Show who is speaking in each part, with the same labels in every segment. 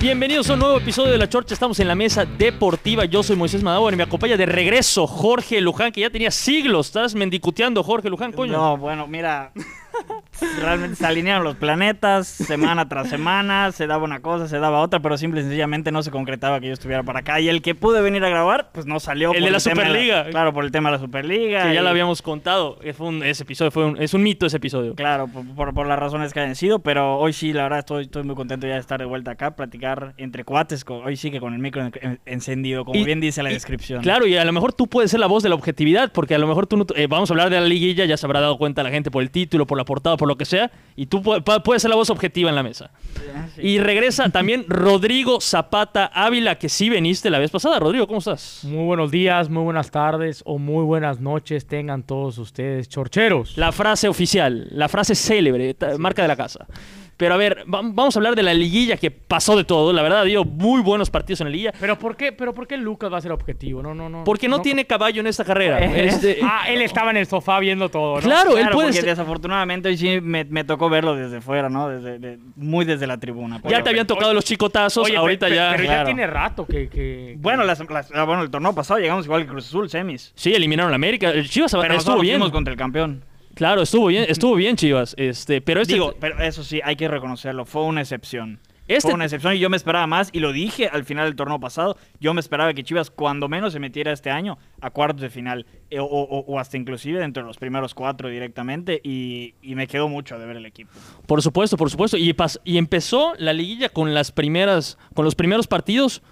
Speaker 1: Bienvenidos a un nuevo episodio de La Chorcha. Estamos en la mesa deportiva. Yo soy Moisés Madawan y me acompaña de regreso Jorge Luján, que ya tenía siglos. Estás mendicuteando, Jorge Luján, coño.
Speaker 2: No, bueno, mira, realmente se alinearon los planetas semana tras semana, se daba una cosa, se daba otra, pero simple y sencillamente no se concretaba que yo estuviera para acá. Y el que pude venir a grabar, pues no salió.
Speaker 1: El de la
Speaker 2: tema
Speaker 1: Superliga.
Speaker 2: claro, por el tema de la Superliga.
Speaker 1: que ya
Speaker 2: y-
Speaker 1: lo habíamos contado. Eh, fue un- ese episodio fue un- es un mito ese episodio.
Speaker 2: Claro, por, por- por las razones que han sido, pero hoy sí, la verdad, estoy, estoy muy contento ya de estar de vuelta acá, platicar entre cuates, co- hoy sí que con el micro en- en- encendido, como
Speaker 1: Y-
Speaker 2: bien dice la
Speaker 1: y-
Speaker 2: descripción.
Speaker 1: Claro, y a lo mejor tú puedes ser la voz de la objetividad, porque a lo mejor tú no... eh, vamos a hablar de la liguilla, ya se habrá dado cuenta la gente por el título, por la portada, por lo que sea, y tú pu- pa- puedes ser la voz objetiva en la mesa. Y regresa también Rodrigo Zapata Ávila, que sí veniste la vez pasada. Rodrigo, ¿cómo estás?
Speaker 3: Muy buenos días, muy buenas tardes o muy buenas noches tengan todos ustedes, chorcheros.
Speaker 1: La frase oficial, la frase célebre, ta- marca de la casa. Pero a ver, va- vamos a hablar de la liguilla que pasó de todo. La verdad, dio muy buenos partidos en la liguilla.
Speaker 3: Pero ¿por qué, pero por qué Lucas va a ser objetivo? No, no, no.
Speaker 1: Porque no, tiene caballo en esta carrera. Este-
Speaker 3: Ah, él estaba en el sofá viendo todo, ¿no?
Speaker 1: claro, él puede
Speaker 2: porque
Speaker 1: ser-
Speaker 2: desafortunadamente hoy sí me, me tocó verlo desde fuera, ¿no? Desde, de- muy desde la tribuna.
Speaker 1: Ya
Speaker 2: pero-
Speaker 1: te habían tocado los chicotazos,
Speaker 3: Oye,
Speaker 1: ahorita
Speaker 3: pe- pe-
Speaker 1: ya...
Speaker 3: Pero ya
Speaker 2: Claro.
Speaker 3: tiene rato que. que-
Speaker 2: Bueno, las- las- ah, bueno, el torneo pasado llegamos igual que Cruz Azul, semis.
Speaker 1: Sí, eliminaron a América. El Chivas
Speaker 2: Pero
Speaker 1: estuvo
Speaker 2: nosotros
Speaker 1: bien.
Speaker 2: fuimos contra el campeón.
Speaker 1: Claro, estuvo bien, estuvo bien Chivas. Este, pero este
Speaker 2: Digo, pero eso sí, hay que reconocerlo, fue una excepción.
Speaker 1: Este-
Speaker 2: Fue una excepción y yo me esperaba más, y lo dije al final del torneo pasado, yo me esperaba que Chivas cuando menos se metiera este año a cuartos de final, eh, o, o- o hasta inclusive dentro de los primeros cuatro directamente, y, y me quedó mucho de ver el equipo.
Speaker 1: por supuesto, por supuesto, y pas- y empezó la liguilla con las primeras con los primeros partidos.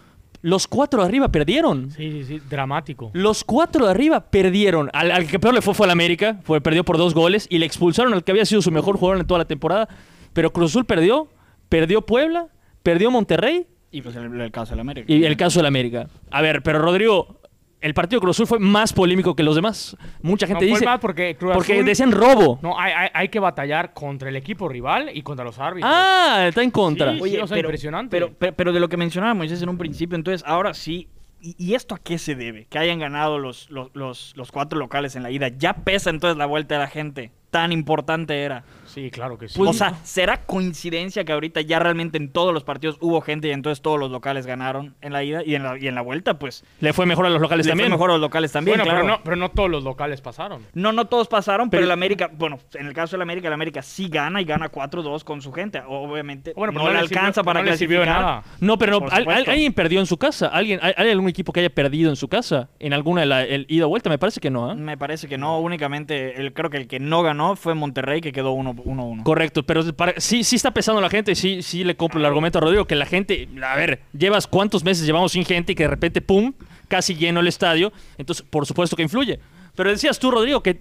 Speaker 1: Los cuatro de arriba perdieron.
Speaker 3: Sí, sí, sí, dramático.
Speaker 1: Los cuatro de arriba perdieron. Al, al que peor le fue fue al América, fue, perdió por dos goles y le expulsaron al que había sido su mejor jugador en toda la temporada. Pero Cruz Azul perdió, perdió Puebla, perdió Monterrey
Speaker 2: Y pues el, el caso del América.
Speaker 1: y el caso del América. A ver, pero Rodrigo, el partido de Cruz Azul fue más polémico que los demás. Mucha
Speaker 3: No
Speaker 1: gente
Speaker 3: fue
Speaker 1: dice
Speaker 3: mal porque Cruz
Speaker 1: porque
Speaker 3: Azul-
Speaker 1: decían robo.
Speaker 3: No, hay, hay- hay que batallar contra el equipo rival y contra los árbitros.
Speaker 1: Ah, está en contra.
Speaker 3: Sí, sí. o sea, impresionante.
Speaker 2: Pero, pero, pero de lo que mencionaba Moisés en un principio, entonces ahora sí. ¿Y, y esto a qué se debe? Que hayan ganado los, los, los- los cuatro locales en la ida. Ya pesa entonces la vuelta de la gente. Tan importante era.
Speaker 3: Sí, claro que sí.
Speaker 1: Pues-
Speaker 2: o sea, ¿será coincidencia que ahorita ya realmente en todos los partidos hubo gente y entonces todos los locales ganaron en la ida y en la, y en la vuelta? Pues
Speaker 1: Le fue mejor a los locales
Speaker 2: les fue
Speaker 1: también.
Speaker 2: mejor a los locales también.
Speaker 3: bueno,
Speaker 2: claro.
Speaker 3: pero, no, pero no todos los locales pasaron.
Speaker 2: No, no todos pasaron, pero,
Speaker 1: Pero-
Speaker 2: el América, bueno, en el caso del América, el América sí gana y gana 4-2 con su gente. Obviamente
Speaker 3: Bueno, pero
Speaker 2: no,
Speaker 3: no
Speaker 2: le
Speaker 3: le sirvió-
Speaker 2: alcanza para
Speaker 3: no le
Speaker 2: clasificar.
Speaker 3: sirvió de nada.
Speaker 1: No, pero no,
Speaker 2: Por
Speaker 1: al- al-
Speaker 2: supuesto.
Speaker 1: alguien perdió en su casa. ¿Alguien, hay, hay algún equipo que haya perdido en su casa? ¿En alguna de la el ida o vuelta? Me parece que no. ¿ah?
Speaker 2: Me parece que no, únicamente el, creo que el que no ganó fue Monterrey, que quedó 1-1. Uno, uno, uno.
Speaker 1: Correcto, pero para- sí, sí está pesando la gente. Sí, sí le compro el argumento a Rodrigo que la gente, a ver, llevas cuántos meses llevamos sin gente y que de repente, pum, casi lleno el estadio. Entonces, por supuesto que influye. Pero decías tú, Rodrigo, que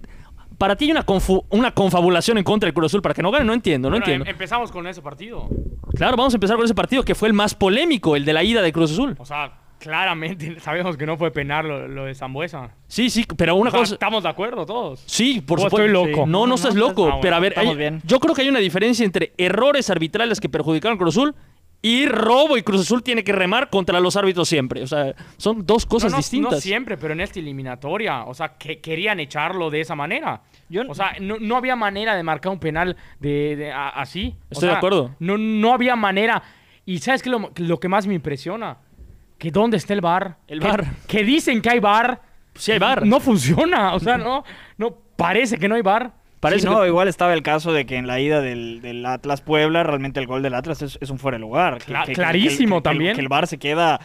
Speaker 1: para ti hay una, confu- una confabulación en contra del Cruz Azul para que no gane. No entiendo, no
Speaker 3: Bueno, em-
Speaker 1: entiendo.
Speaker 3: empezamos con ese partido.
Speaker 1: Claro, vamos a empezar con ese partido que fue el más polémico, el de la ida de Cruz Azul.
Speaker 3: O sea, claramente sabemos que no fue penar lo, lo de Zambuesa.
Speaker 1: Sí, sí, pero una
Speaker 3: O sea,
Speaker 1: cosa.
Speaker 3: Estamos de acuerdo todos.
Speaker 1: Sí, por
Speaker 3: O
Speaker 1: supuesto.
Speaker 3: Oh, estoy loco.
Speaker 1: No, no,
Speaker 2: No,
Speaker 1: estás
Speaker 2: no,
Speaker 1: loco.
Speaker 2: estás- ah,
Speaker 1: pero a
Speaker 2: bueno,
Speaker 1: ver,
Speaker 2: estamos
Speaker 1: hay-
Speaker 2: bien.
Speaker 1: yo creo que hay una diferencia entre errores arbitrales que perjudicaron a Cruz Azul y robo. Y Cruz Azul tiene que remar contra los árbitros siempre. O sea, son dos cosas
Speaker 3: no, no-
Speaker 1: distintas.
Speaker 3: No siempre, pero en esta eliminatoria, o sea, que querían echarlo de esa manera.
Speaker 2: Yo-
Speaker 3: o sea, no, no había manera de marcar un penal de, de- a- así. O
Speaker 1: Estoy de
Speaker 3: sea,
Speaker 1: acuerdo.
Speaker 3: No, no había manera. Y ¿sabes qué? Lo, lo que más me impresiona, que dónde está el bar.
Speaker 1: El VAR.
Speaker 3: Que, que dicen que hay bar.
Speaker 1: Sí hay VAR.
Speaker 3: No funciona, o sea, no, no, parece que no hay bar.
Speaker 1: Parece
Speaker 2: Sí, no,
Speaker 1: que-
Speaker 2: igual estaba el caso de que en la ida del, del Atlas Puebla, realmente el gol del Atlas es, es un fuera de lugar. Que-
Speaker 3: Cla-
Speaker 2: que- que-
Speaker 3: clarísimo
Speaker 2: que- que-
Speaker 3: también.
Speaker 2: Que, el bar se queda,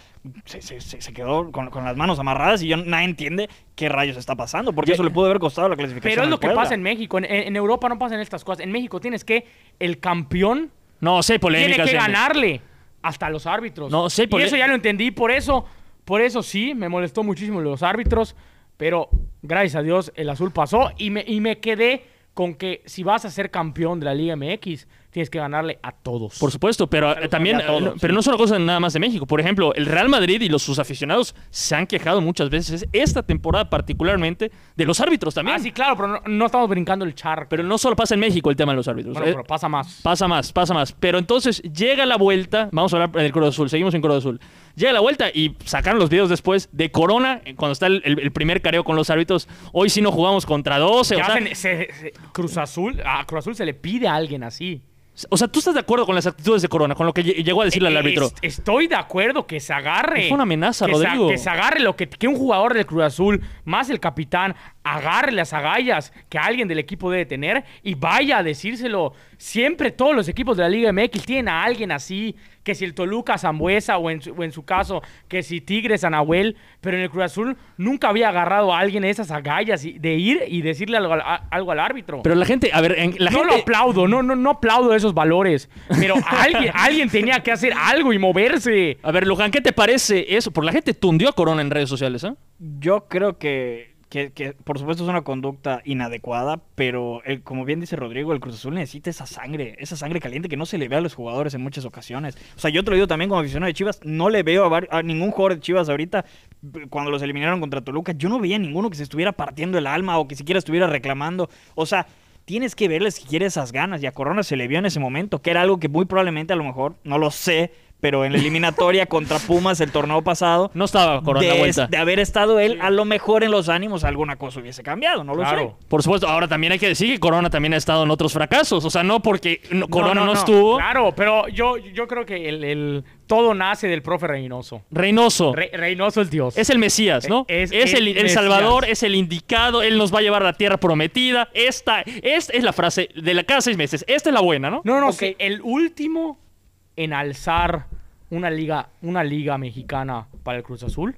Speaker 2: se, se- se- se quedó con, con las manos amarradas y yo nadie entiende qué rayos está pasando, porque
Speaker 3: Ya-
Speaker 2: eso le pudo haber costado la clasificación.
Speaker 3: Pero es
Speaker 2: al
Speaker 3: lo que
Speaker 2: Puebla.
Speaker 3: pasa en México. En, en- en Europa no pasan estas cosas. En México tienes que el campeón
Speaker 1: no, sí hay polémicas.
Speaker 3: tiene que
Speaker 1: en-
Speaker 3: ganarle hasta a los árbitros.
Speaker 1: No, sí,
Speaker 3: y
Speaker 1: pole-
Speaker 3: eso ya lo entendí. Por eso, por eso sí, me molestó muchísimo los árbitros. Pero gracias a Dios el azul pasó y me, y me quedé con que si vas a ser campeón de la Liga MX, tienes que ganarle a todos.
Speaker 1: Por supuesto, pero eh, también,
Speaker 2: cambia todo,
Speaker 1: eh, no-
Speaker 2: sí.
Speaker 1: pero no es una cosa nada más de México. Por ejemplo, el Real Madrid y los sus aficionados se han quejado muchas veces esta temporada particularmente de los árbitros también.
Speaker 3: Ah, sí, claro, pero no, no estamos brincando el charco.
Speaker 1: Pero no solo pasa en México el tema de los árbitros.
Speaker 3: Bueno,
Speaker 1: Eh,
Speaker 3: pero pasa más.
Speaker 1: Pasa más, pasa más. Pero entonces llega la vuelta. Vamos a hablar del Cruz Azul. Seguimos en Cruz Azul. Llega la vuelta y sacaron los videos después de Corona, eh, cuando está el, el- el primer careo con los árbitros. Hoy sí no jugamos contra 12.
Speaker 3: Que
Speaker 1: o sea,
Speaker 3: hacen- se- se- Cruz Azul, a Cruz Azul se le pide a alguien así.
Speaker 1: O sea, ¿tú estás de acuerdo con las actitudes de Corona, con lo que lle- llegó a decirle al
Speaker 3: Eh,
Speaker 1: árbitro?
Speaker 3: es- estoy de acuerdo que se agarre.
Speaker 1: Es una amenaza,
Speaker 3: que se-
Speaker 1: Rodrigo.
Speaker 3: que se agarre lo que, que un jugador del Cruz Azul, más el capitán, agarre las agallas que alguien del equipo debe tener y vaya a decírselo. Siempre todos los equipos de la Liga MX tienen a alguien así, que si el Toluca, Zambuesa o en su, o en su caso, que si Tigres, Anahuel, pero en el Cruz Azul nunca había agarrado a alguien esas agallas y- de ir y decirle algo, al- a- algo al árbitro
Speaker 1: Pero la gente, a ver, en- la
Speaker 3: no
Speaker 1: gente...
Speaker 3: lo aplaudo, no, no, no aplaudo esos valores. Pero alguien, alguien tenía que hacer algo y moverse.
Speaker 1: A ver, Luján, ¿qué te parece eso? Por la gente tundió a Corona en redes sociales, ¿eh?
Speaker 2: Yo creo que, que- que, por supuesto, es una conducta inadecuada, pero el- como bien dice Rodrigo, el Cruz Azul necesita esa sangre, esa sangre caliente que no se le ve a los jugadores en muchas ocasiones. O sea, yo te lo digo también como aficionado de Chivas, no le veo a, vari- a ningún jugador de Chivas ahorita, b- cuando los eliminaron contra Toluca, yo no veía ninguno que se estuviera partiendo el alma o que siquiera estuviera reclamando. O sea... Tienes que verles si quiere esas ganas. Y a Corona se le vio en ese momento, que era algo que muy probablemente, a lo mejor, no lo sé, pero en la eliminatoria contra Pumas el torneo pasado,
Speaker 1: No estaba Corona
Speaker 2: de,
Speaker 1: vuelta.
Speaker 2: de haber estado él, a lo mejor en los ánimos alguna cosa hubiese cambiado, no lo
Speaker 3: Claro.
Speaker 1: Por supuesto, ahora también hay que decir que Corona también ha estado en otros fracasos. O sea, no porque no- Corona no, estuvo.
Speaker 3: Claro, pero yo, yo creo que el, el- todo nace del profe Reynoso.
Speaker 1: Reynoso.
Speaker 3: Re- Reynoso el dios.
Speaker 1: es el Mesías, ¿no?
Speaker 3: Es-
Speaker 1: Es,
Speaker 3: es
Speaker 1: el, el
Speaker 3: Mesías.
Speaker 1: Salvador, es el indicado, Él nos va a llevar a la tierra prometida. Esta, esta es la frase de la cada seis meses. Esta es la buena, ¿no?
Speaker 3: No, no,
Speaker 2: Ok.
Speaker 3: sí, el último en alzar una liga, una liga mexicana para el Cruz Azul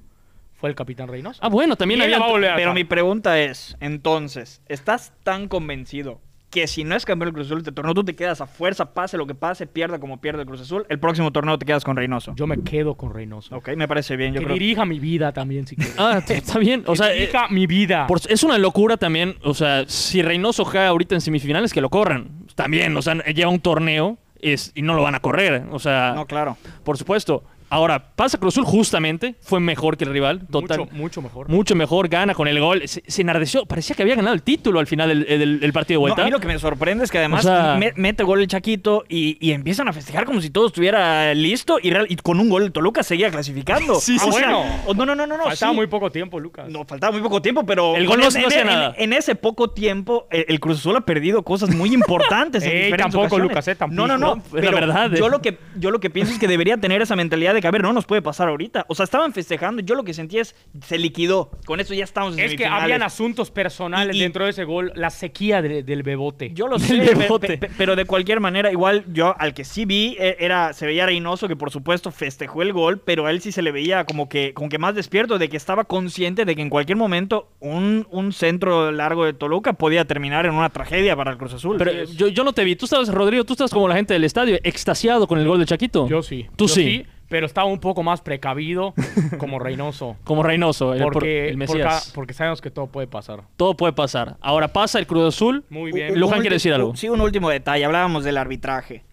Speaker 3: fue el capitán Reynoso.
Speaker 1: Ah, bueno, también
Speaker 3: Y él
Speaker 1: había...
Speaker 3: la va a volver.
Speaker 2: sé. Pero mi pregunta es, entonces, ¿estás tan convencido que si no es campeón el Cruz Azul este torneo, tú te quedas a fuerza, pase lo que pase, pierda como pierda el Cruz Azul, el próximo torneo te quedas con Reynoso?
Speaker 3: Yo me quedo con Reynoso.
Speaker 2: Ok, me parece bien, yo
Speaker 3: que
Speaker 2: creo.
Speaker 3: dirija mi vida también, si quieres.
Speaker 1: Ah, t- está bien. O sea,
Speaker 3: que
Speaker 1: eh,
Speaker 3: dirija mi vida.
Speaker 1: por- es una locura también. O sea, si Reynoso cae ahorita en semifinales, que lo corran. También, o sea, lleva un torneo es- y no lo van a correr. O sea,
Speaker 2: No, claro.
Speaker 1: por supuesto. Ahora, pasa Cruz Azul justamente. Fue mejor que el rival. Total.
Speaker 3: Mucho, mucho mejor.
Speaker 1: mucho mejor, gana con el gol. Se, se enardeció, parecía que había ganado el título al final del, del- del partido de
Speaker 2: No,
Speaker 1: vuelta.
Speaker 2: a mí lo que me sorprende es que además
Speaker 1: O sea-
Speaker 2: me- mete gol el Chaquito y, y empiezan a festejar como si todo estuviera listo y, real- y con un gol el Toluca seguía clasificando.
Speaker 1: Sí,
Speaker 2: Ah,
Speaker 1: sí,
Speaker 2: bueno.
Speaker 3: sí.
Speaker 2: O- No, no, no, no. no,
Speaker 3: Faltaba
Speaker 2: sí.
Speaker 3: muy poco tiempo, Lucas.
Speaker 2: No, faltaba muy poco tiempo, pero.
Speaker 1: El gol
Speaker 2: en-
Speaker 1: no- no
Speaker 2: en-
Speaker 1: hacía
Speaker 2: en-
Speaker 1: nada.
Speaker 2: En ese poco tiempo, el, el Cruz Azul ha perdido cosas muy importantes. en
Speaker 3: Ey,
Speaker 2: diferentes
Speaker 3: tampoco,
Speaker 2: ocasiones.
Speaker 3: Lucas, eh,
Speaker 2: No,
Speaker 3: tampoco.
Speaker 2: no, no.
Speaker 1: No, es la
Speaker 2: pero
Speaker 1: verdad, eh.
Speaker 2: Yo lo, que, yo lo que pienso es que debería tener esa mentalidad de que, a ver, no nos puede pasar ahorita. O sea, estaban festejando. Yo lo que sentí es, se liquidó. Con eso ya estamos en
Speaker 3: Es que
Speaker 2: semifinales.
Speaker 3: habían asuntos personales
Speaker 2: Y- y-
Speaker 3: dentro de ese gol, la sequía de- del bebote.
Speaker 2: Yo lo
Speaker 1: Del
Speaker 2: sé,
Speaker 1: bebote.
Speaker 2: pe- pe- pero de cualquier manera, igual yo al que sí vi, eh, era, se veía Reynoso, que por supuesto festejó el gol, pero a él sí se le veía como que, como que más despierto, de que estaba consciente de que en cualquier momento un, un centro largo de Toluca podía terminar en una tragedia para el Cruz Azul.
Speaker 1: Pero eh, yo, yo no te vi. Tú estabas, Rodrigo, tú estabas como la gente del estadio, extasiado con el gol de Chaquito.
Speaker 3: Yo sí.
Speaker 1: Tú
Speaker 3: Yo
Speaker 1: sí.
Speaker 3: Pero estaba un poco más precavido como Reynoso.
Speaker 1: Como Reynoso, el, por-
Speaker 3: Porque,
Speaker 1: el
Speaker 3: porque,
Speaker 1: Mesías.
Speaker 2: ah,
Speaker 3: porque sabemos que todo puede pasar.
Speaker 1: Todo puede pasar. Ahora pasa el Cruz Azul.
Speaker 3: Muy bien.
Speaker 1: Luján
Speaker 2: Un
Speaker 1: quiere
Speaker 2: ulti-
Speaker 1: decir algo.
Speaker 2: u- Sí, un último detalle. Hablábamos del arbitraje.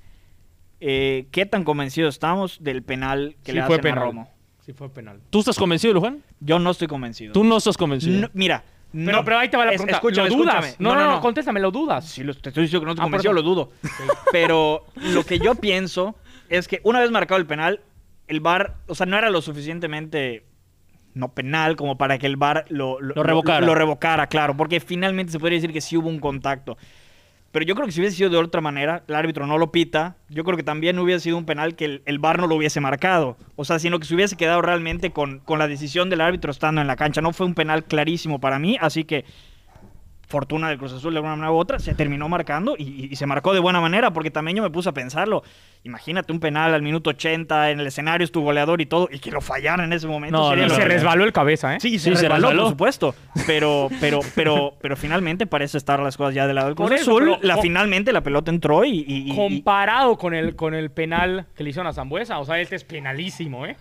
Speaker 2: Eh, ¿Qué tan convencidos estamos del penal que le hacen a Romo?
Speaker 3: Sí fue penal.
Speaker 1: ¿Tú estás convencido, Luján?
Speaker 2: Yo no estoy convencido.
Speaker 1: Tú no estás convencido.
Speaker 2: No, mira.
Speaker 3: Pero,
Speaker 2: no-
Speaker 3: pero ahí te va la
Speaker 2: es-
Speaker 3: pregunta.
Speaker 2: escúchame,
Speaker 3: ¿Lo dudas?
Speaker 2: escúchame.
Speaker 3: No, no, no, contéstame, ¿lo dudas?
Speaker 2: Si lo, te estoy diciendo que no te
Speaker 3: Ah,
Speaker 2: convenció,
Speaker 3: por
Speaker 2: lo dudo. Pero lo que yo pienso es que una vez marcado el penal, el VAR, o sea, no era lo suficientemente no penal como para que el VAR lo,
Speaker 1: Lo revocara.
Speaker 2: Lo, revocara, claro, porque finalmente se podría decir que sí hubo un contacto. Pero yo creo que si hubiese sido de otra manera, el árbitro no lo pita. Yo creo que también hubiese sido un penal que el, el VAR no lo hubiese marcado. O sea, sino que se hubiese quedado realmente con, con la decisión del árbitro estando en la cancha. No fue un penal clarísimo para mí, así que fortuna del Cruz Azul de alguna manera u otra, se terminó marcando y, y- y se marcó de buena manera, porque también yo me puse a pensarlo. Imagínate un penal al minuto 80 en el escenario, es tu goleador y todo, y que lo fallaran en ese momento.
Speaker 1: No, no,
Speaker 2: sería
Speaker 3: Y
Speaker 2: lo-
Speaker 1: no,
Speaker 3: se
Speaker 1: no.
Speaker 3: resbaló el cabeza, ¿eh?
Speaker 2: Sí,
Speaker 1: Sí,
Speaker 2: se,
Speaker 1: se
Speaker 2: resbaló,
Speaker 1: resbaló.
Speaker 2: por supuesto. Pero, pero, pero, pero finalmente parece estar las cosas ya del lado del Cruz
Speaker 3: Por eso,
Speaker 2: Azul.
Speaker 3: pero
Speaker 2: La,
Speaker 3: con-
Speaker 2: finalmente la pelota entró y. y- y- y-
Speaker 3: Comparado con el, con el penal que le hicieron a Zambuesa. O sea, este es penalísimo, ¿eh?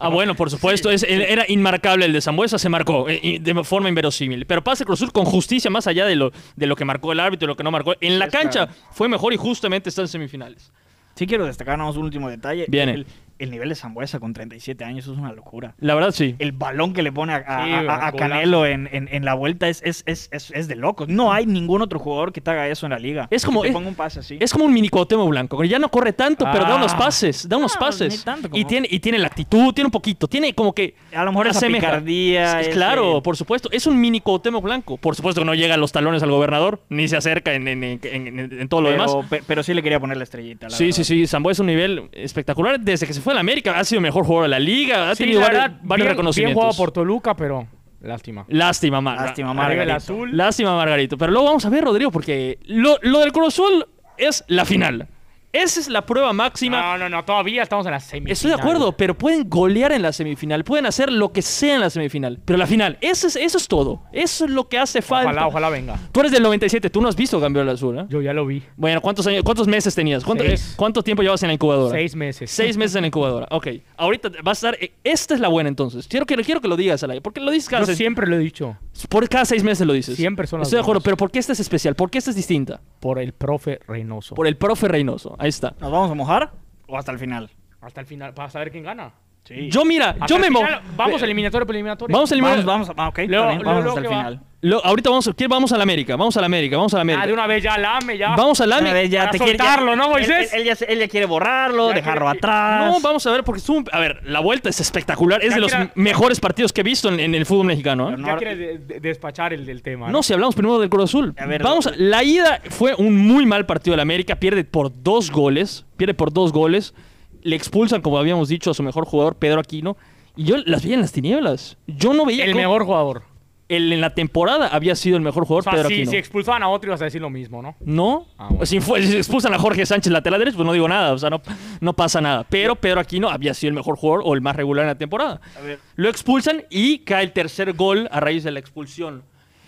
Speaker 1: Ah, bueno, por supuesto. es- el- era inmarcable el de Zambuesa, se marcó eh, y de forma inverosímil. Pero pasa el Cruz Azul con justicia, más allá de lo, de lo que marcó el árbitro y lo que no marcó. En la
Speaker 2: Es
Speaker 1: cancha
Speaker 2: claro.
Speaker 1: fue mejor y justamente está en semifinales.
Speaker 2: Sí quiero destacar nada más un último detalle.
Speaker 1: Viene.
Speaker 2: El- el nivel de Zambuesa con 37 años es una locura.
Speaker 1: La verdad, sí.
Speaker 2: El balón que le pone a, a-
Speaker 3: Sí,
Speaker 2: a-
Speaker 3: güey,
Speaker 2: a- a
Speaker 3: golazo.
Speaker 2: Canelo en, en- en la vuelta es, es, es, es- es de locos. No hay ningún otro jugador que te haga eso en la liga.
Speaker 1: Es como-
Speaker 2: Que te
Speaker 1: es-
Speaker 2: ponga un pase así.
Speaker 1: Es como un mini Cuauhtémoc Blanco. Ya no corre tanto, pero da
Speaker 3: Ah.
Speaker 1: unos pases. Da unos
Speaker 2: No,
Speaker 1: pases.
Speaker 2: ni tanto
Speaker 1: y,
Speaker 2: como-
Speaker 1: tiene, y tiene la actitud, tiene un poquito. Tiene como que...
Speaker 2: A lo mejor esa
Speaker 1: asemeja.
Speaker 2: picardía,
Speaker 1: Es-
Speaker 2: ese-
Speaker 1: Claro, por supuesto. Es un mini Cuauhtémoc Blanco. Por supuesto que no llega a los talones al gobernador, ni se acerca en, en- en- en- en- en todo lo
Speaker 2: pero,
Speaker 1: demás.
Speaker 2: pe- pero sí le quería poner la estrellita. la
Speaker 1: Sí,
Speaker 2: verdad.
Speaker 1: sí, sí. Zamboa es un nivel espectacular. Desde que se fue a la América ha sido el mejor jugador de la liga. Ha
Speaker 3: Sí,
Speaker 1: tenido
Speaker 3: la
Speaker 1: varios,
Speaker 3: verdad,
Speaker 1: varios
Speaker 3: bien-
Speaker 1: reconocimientos.
Speaker 3: Bien jugado por Toluca, pero lástima.
Speaker 1: Lástima, Mar.
Speaker 2: Lástima,
Speaker 3: Arriba el
Speaker 2: Margarito.
Speaker 3: azul.
Speaker 1: Lástima, Margarito. Pero luego vamos a ver, Rodrigo, porque lo, lo del Cruz Azul es la final. Esa es la prueba máxima.
Speaker 3: No, no, no, todavía estamos en la semifinal.
Speaker 1: Estoy de acuerdo, pero pueden golear en la semifinal, pueden hacer lo que sea en la semifinal. Pero la final, eso es, eso es todo. Eso es lo que hace falta.
Speaker 3: Ojalá, ojalá venga.
Speaker 1: Tú eres del 97, tú no has visto Campeonato Azul, ¿eh?
Speaker 3: Yo ya lo vi.
Speaker 1: Bueno, ¿cuántos, años, ¿cuántos meses tenías? ¿Cuánto,
Speaker 3: Seis.
Speaker 1: eh, cuánto tiempo llevas en la incubadora?
Speaker 3: Seis meses.
Speaker 1: Seis meses en la incubadora. Ok. Ahorita te vas a dar. eh, Esta es la buena entonces. Quiero que, quiero que lo digas, Alay. Porque lo dices cada
Speaker 3: Yo
Speaker 1: seis
Speaker 3: siempre lo he dicho.
Speaker 1: Por cada seis meses lo dices.
Speaker 3: Siempre son las
Speaker 1: Estoy de acuerdo,
Speaker 3: buenas.
Speaker 1: pero ¿por qué esta es especial? ¿Por qué esta es distinta?
Speaker 3: Por el profe Reynoso.
Speaker 1: Por el profe Reynoso. Ahí está.
Speaker 2: ¿Nos vamos a mojar o hasta el final?
Speaker 3: Hasta el final, para saber quién gana.
Speaker 2: Sí.
Speaker 1: Yo, mira,
Speaker 3: Hasta
Speaker 1: yo
Speaker 3: el
Speaker 1: me mo-
Speaker 3: final, Vamos eliminatorio por eliminatorio.
Speaker 1: Vamos a eliminar.
Speaker 2: Vamos, vamos, ah, ok, está
Speaker 3: Luego-
Speaker 2: bien, vamos
Speaker 3: luego
Speaker 2: hasta el
Speaker 3: que va.
Speaker 2: final.
Speaker 1: Lo- ahorita vamos, ¿qué? vamos a la América. Vamos a la América. Vamos a la América.
Speaker 3: Ah, de una vez ya, lame, ya.
Speaker 1: Vamos a la
Speaker 2: Una vez
Speaker 1: América.
Speaker 2: ya
Speaker 3: Para
Speaker 2: te quiere-
Speaker 3: soltarlo,
Speaker 2: ya-
Speaker 3: ¿no,
Speaker 2: él-
Speaker 3: Moisés?
Speaker 2: Él, él ya se- él ya quiere borrarlo,
Speaker 3: Ya
Speaker 2: dejarlo
Speaker 3: quiere-
Speaker 2: atrás.
Speaker 1: Ah, No, vamos a ver, porque estuvo. un- A ver, la vuelta es espectacular. Es
Speaker 3: Ya
Speaker 1: de los
Speaker 3: quiera-
Speaker 1: mejores partidos que he visto en, en el fútbol mexicano. ¿eh?
Speaker 2: Pero
Speaker 3: Ya quieres de- de- despachar el del tema.
Speaker 1: No, si hablamos primero del Cruz Azul.
Speaker 2: A ver,
Speaker 1: Vamos, a- la ida fue un muy mal partido del América, pierde por dos goles, pierde por dos goles, le expulsan, como habíamos dicho, a su mejor jugador, Pedro Aquino, y yo las veía en las tinieblas. Yo no veía
Speaker 3: El
Speaker 1: cómo-
Speaker 3: mejor jugador.
Speaker 1: el- en la temporada había sido el mejor
Speaker 3: O
Speaker 1: jugador,
Speaker 3: sea,
Speaker 1: Pedro
Speaker 3: si,
Speaker 1: Aquino.
Speaker 3: si expulsaban a otro ibas a decir lo mismo, ¿no?
Speaker 1: ¿No?
Speaker 3: Ah, bueno.
Speaker 1: si, fue- si expulsan a Jorge Sánchez lateral derecho, pues no digo nada, o sea, no, no pasa nada. Pero Pedro Aquino había sido el mejor jugador o el más regular en la temporada.
Speaker 2: A ver.
Speaker 1: Lo expulsan y cae el tercer gol a raíz de la expulsión.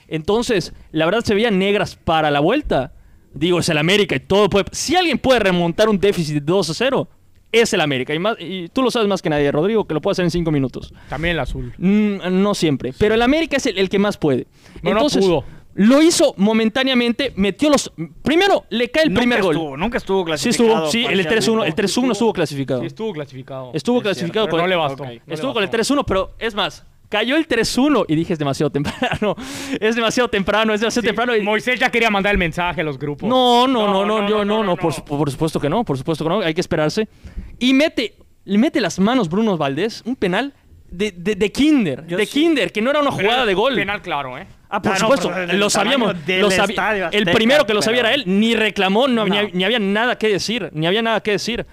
Speaker 1: Entonces, la verdad se veían negras para la vuelta. Digo, es el América y todo puede... Si alguien puede remontar un déficit de 2 a 0, es el América. Y, más- y tú lo sabes más que nadie, Rodrigo, que lo puede hacer en 5 minutos.
Speaker 3: También el azul.
Speaker 1: Mm, no siempre. Pero el América es el, el que más puede.
Speaker 3: No, no
Speaker 1: Entonces,
Speaker 3: pudo.
Speaker 1: lo hizo momentáneamente, metió los... Primero, le cae el
Speaker 2: Nunca
Speaker 1: primer gol.
Speaker 2: Estuvo, nunca estuvo
Speaker 1: Sí
Speaker 2: clasificado.
Speaker 1: estuvo, sí, el
Speaker 2: parcialmente.
Speaker 1: 3-1, el 3-1 estuvo clasificado.
Speaker 3: Sí, estuvo clasificado.
Speaker 1: Estuvo
Speaker 2: Es
Speaker 1: clasificado
Speaker 3: pero
Speaker 1: con
Speaker 3: no le
Speaker 2: bastó.
Speaker 3: bastó.
Speaker 2: Ok.
Speaker 1: Estuvo con el 3-1, pero es más, cayó el 3-1 y dije es demasiado temprano. Es demasiado temprano, es demasiado temprano. y-
Speaker 3: Moisés ya quería mandar el mensaje a los grupos.
Speaker 1: No, no, no, no, yo no, no, por, su- por supuesto que no, por supuesto que no, hay que esperarse. Y mete, le mete las manos Bruno Valdés, un penal de, de, de Kinder,
Speaker 2: Yo
Speaker 1: de
Speaker 2: sí.
Speaker 1: Kinder, que no era una
Speaker 3: Pero
Speaker 1: jugada de gol.
Speaker 3: Penal claro, ¿eh?
Speaker 1: Ah, por
Speaker 2: Ah, no,
Speaker 1: supuesto,
Speaker 2: pero del
Speaker 1: lo sabíamos.
Speaker 2: tamaño del
Speaker 1: lo sabi-
Speaker 2: Estadio
Speaker 1: el
Speaker 2: Azteca,
Speaker 1: primero que lo sabía
Speaker 2: pero-
Speaker 1: era él, ni reclamó, no,
Speaker 2: No.
Speaker 1: Ni, hab- ni había nada que decir, ni había nada que decir.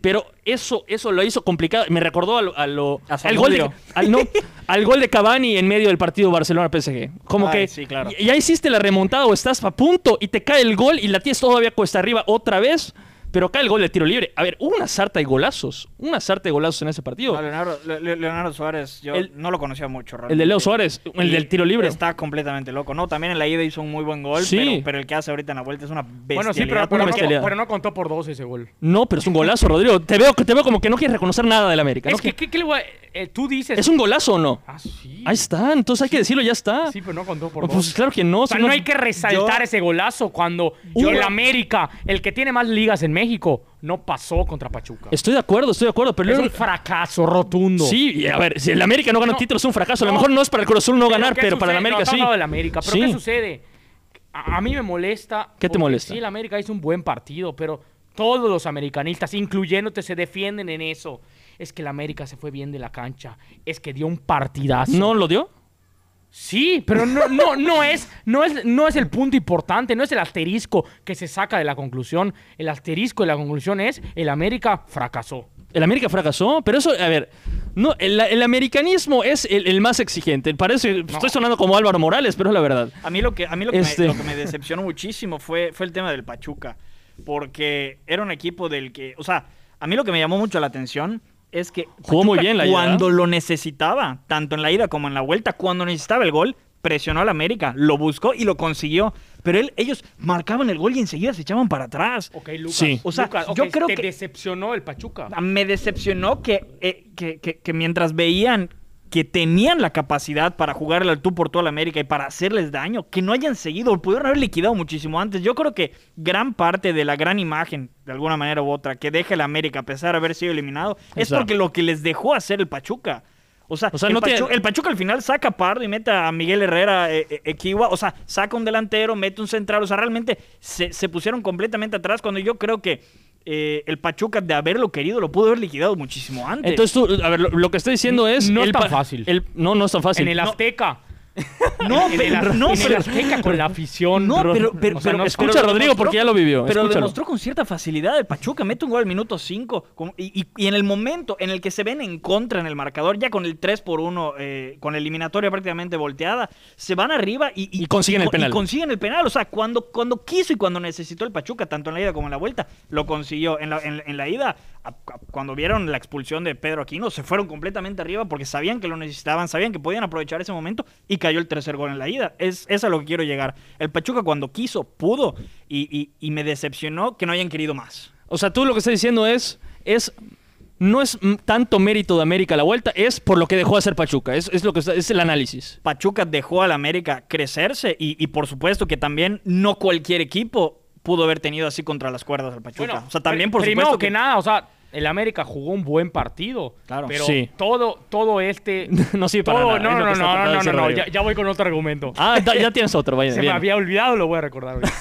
Speaker 1: Pero eso, eso lo hizo complicado. Me recordó a lo, a lo-
Speaker 2: A
Speaker 1: al, gol de,
Speaker 2: Samudio.
Speaker 1: al, no, al gol de Cavani en medio del partido Barcelona-PSG. Como
Speaker 2: Ay,
Speaker 1: que
Speaker 2: sí, claro.
Speaker 1: y- ya hiciste la remontada o estás a punto y te cae el gol y la tienes todavía cuesta arriba otra vez, pero cae el gol de tiro libre. A ver, hubo una sarta de golazos, una sarta de golazos en ese partido.
Speaker 2: No, Leonardo, Le- Le- Leonardo Suárez, yo
Speaker 1: El-
Speaker 2: no lo conocía mucho.
Speaker 1: el de Leo
Speaker 2: realmente.
Speaker 1: Suárez, el
Speaker 2: Y
Speaker 1: del tiro libre.
Speaker 2: Está completamente loco. No, también en la ida hizo un muy buen gol,
Speaker 1: Sí.
Speaker 2: pero, pero el que hace ahorita en la vuelta es una bestialidad.
Speaker 3: Bueno, sí, pero, pero,
Speaker 1: una
Speaker 3: no,
Speaker 1: bestialidad.
Speaker 3: pero no contó por dos ese gol.
Speaker 1: No, pero es un golazo, Rodrigo. Te veo, te veo como que no quieres reconocer nada del América. ¿no?
Speaker 3: Es que, ¿qué, qué le voy a- eh, tú dices...
Speaker 1: ¿Es un golazo o no?
Speaker 3: Ah, sí.
Speaker 1: Ahí está, entonces hay que decirlo, ya está.
Speaker 3: Sí, pero no contó por
Speaker 1: pues
Speaker 3: dos.
Speaker 1: claro que no.
Speaker 3: O sea,
Speaker 1: si no-
Speaker 3: no hay que resaltar
Speaker 2: yo-
Speaker 3: ese golazo cuando
Speaker 1: Yo-
Speaker 3: el América, el que tiene más ligas en México, no pasó contra Pachuca. Es,
Speaker 1: Estoy de acuerdo, estoy de acuerdo, pero...
Speaker 3: un fracaso rotundo.
Speaker 1: Sí, y a ver, si el América no gana un
Speaker 3: No.
Speaker 1: título es un fracaso. A lo
Speaker 3: No.
Speaker 1: mejor no es para el Cruz Azul no ganar,
Speaker 3: ¿qué
Speaker 1: pero para el
Speaker 3: sucede? No,
Speaker 1: América
Speaker 3: estamos
Speaker 1: sí.
Speaker 3: hablando del América, pero
Speaker 1: Sí.
Speaker 3: ¿qué sucede? A, a mí me molesta.
Speaker 1: ¿Qué te
Speaker 3: porque
Speaker 1: molesta?
Speaker 3: Sí, el América hizo un buen partido, pero todos los americanistas, incluyéndote, se defienden en eso. Es que el América se fue bien de la cancha. Es que dio un partidazo.
Speaker 1: ¿No lo dio?
Speaker 3: Sí, pero no, no, no, es, no, es, no es el punto importante, no es el asterisco que se saca de la conclusión. El asterisco de la conclusión es el América fracasó.
Speaker 1: El América fracasó, pero eso, a ver, no, el, el americanismo es el, el más exigente. Parece, estoy sonando como Álvaro Morales, pero es la verdad.
Speaker 2: A mí lo que, a mí lo que,
Speaker 1: Este.
Speaker 2: me, lo que me decepcionó muchísimo fue, fue el tema del Pachuca. Porque era un equipo del que. O sea, a mí lo que me llamó mucho la atención es que.
Speaker 1: Jugó muy bien la ida, ¿eh?
Speaker 2: Cuando
Speaker 1: ¿verdad?
Speaker 2: lo necesitaba, tanto en la ida como en la vuelta, cuando necesitaba el gol, presionó al América, lo buscó y lo consiguió. Pero él, ellos marcaban el gol y enseguida se echaban para atrás.
Speaker 3: Ok, Lucas.
Speaker 1: Sí. Ah,
Speaker 2: O sea,
Speaker 3: Lucas, ok,
Speaker 2: yo creo
Speaker 3: te
Speaker 2: que- Ah,
Speaker 3: decepcionó el Pachuca.
Speaker 2: Me decepcionó que, eh, que, que- que mientras veían que tenían la capacidad para jugarle al tú por todo al América y para hacerles daño, que no hayan seguido, pudieron haber liquidado muchísimo antes. Yo creo que gran parte de la gran imagen, de alguna manera u otra, que deja el América a pesar de haber sido eliminado, es
Speaker 1: Exacto.
Speaker 2: porque lo que les dejó hacer el Pachuca. O sea,
Speaker 1: O sea,
Speaker 2: el,
Speaker 1: no tiene-
Speaker 2: Pachu- el Pachuca al final saca a Pardo y mete a Miguel Herrera eh, eh, Equiwa. O sea, saca un delantero, mete un central. O sea, realmente se, se pusieron completamente atrás cuando yo creo que eh, el Pachuca, de haberlo querido, lo pudo haber liquidado muchísimo antes.
Speaker 1: Entonces tú, a ver, lo, lo que estoy diciendo es...
Speaker 3: No es
Speaker 1: el
Speaker 3: tan
Speaker 1: pa-
Speaker 3: fácil.
Speaker 1: el- no, no es tan fácil.
Speaker 3: En el
Speaker 1: No,
Speaker 3: Azteca.
Speaker 2: no,
Speaker 3: en el,
Speaker 2: pero,
Speaker 3: Az-
Speaker 2: no,
Speaker 3: en el
Speaker 2: pero-
Speaker 3: Azteca con la afición.
Speaker 2: No, pero, pero,
Speaker 3: O sea,
Speaker 2: pero-
Speaker 3: no-
Speaker 1: escucha
Speaker 2: pero lo
Speaker 1: a Rodrigo porque ya lo vivió,
Speaker 2: Pero lo
Speaker 1: escúchalo.
Speaker 2: demostró con cierta facilidad el Pachuca. Mete un gol al minuto 5 y, y- y en el momento en el que se ven en contra en el marcador, ya con el 3 por 1, eh, con la eliminatoria prácticamente volteada, se van arriba y,
Speaker 1: Y consiguen el
Speaker 2: co-
Speaker 1: penal.
Speaker 2: consiguen el penal. O sea, cuando, cuando quiso y cuando necesitó el Pachuca, tanto en la ida como en la vuelta, lo consiguió. En la, en- en la ida, a- a- cuando vieron la expulsión de Pedro Aquino, se fueron completamente arriba porque sabían que lo necesitaban, sabían que podían aprovechar ese momento y cayó el tercer gol en la ida. Es, es a lo que quiero llegar. El Pachuca cuando quiso, pudo y, y- y me decepcionó que no hayan querido más.
Speaker 1: O sea, tú lo que estás diciendo es, es no es mm, tanto mérito de América la vuelta, es por lo que dejó de hacer Pachuca. Es, es lo que está- es el análisis.
Speaker 2: Pachuca dejó al América crecerse y, y por supuesto que también no cualquier equipo pudo haber tenido así contra las cuerdas al Pachuca.
Speaker 3: Bueno,
Speaker 2: o sea, también
Speaker 3: pri-
Speaker 2: por
Speaker 3: primero
Speaker 2: supuesto
Speaker 3: que, nada, o sea, el América jugó un buen partido.
Speaker 2: Claro.
Speaker 3: Pero
Speaker 1: Sí.
Speaker 3: todo, todo este.
Speaker 1: No sirve para nada,
Speaker 3: todo-
Speaker 1: es
Speaker 3: No,
Speaker 1: lo que
Speaker 3: no, no,
Speaker 1: está tratando
Speaker 3: no,
Speaker 1: de
Speaker 3: no,
Speaker 1: decir
Speaker 3: no,
Speaker 1: Rodrigo.
Speaker 3: Ya, ya voy con otro argumento.
Speaker 1: Ah, da- ya tienes otro, vaya.
Speaker 3: Se
Speaker 1: bien.
Speaker 3: me había olvidado, lo voy a recordar ahorita.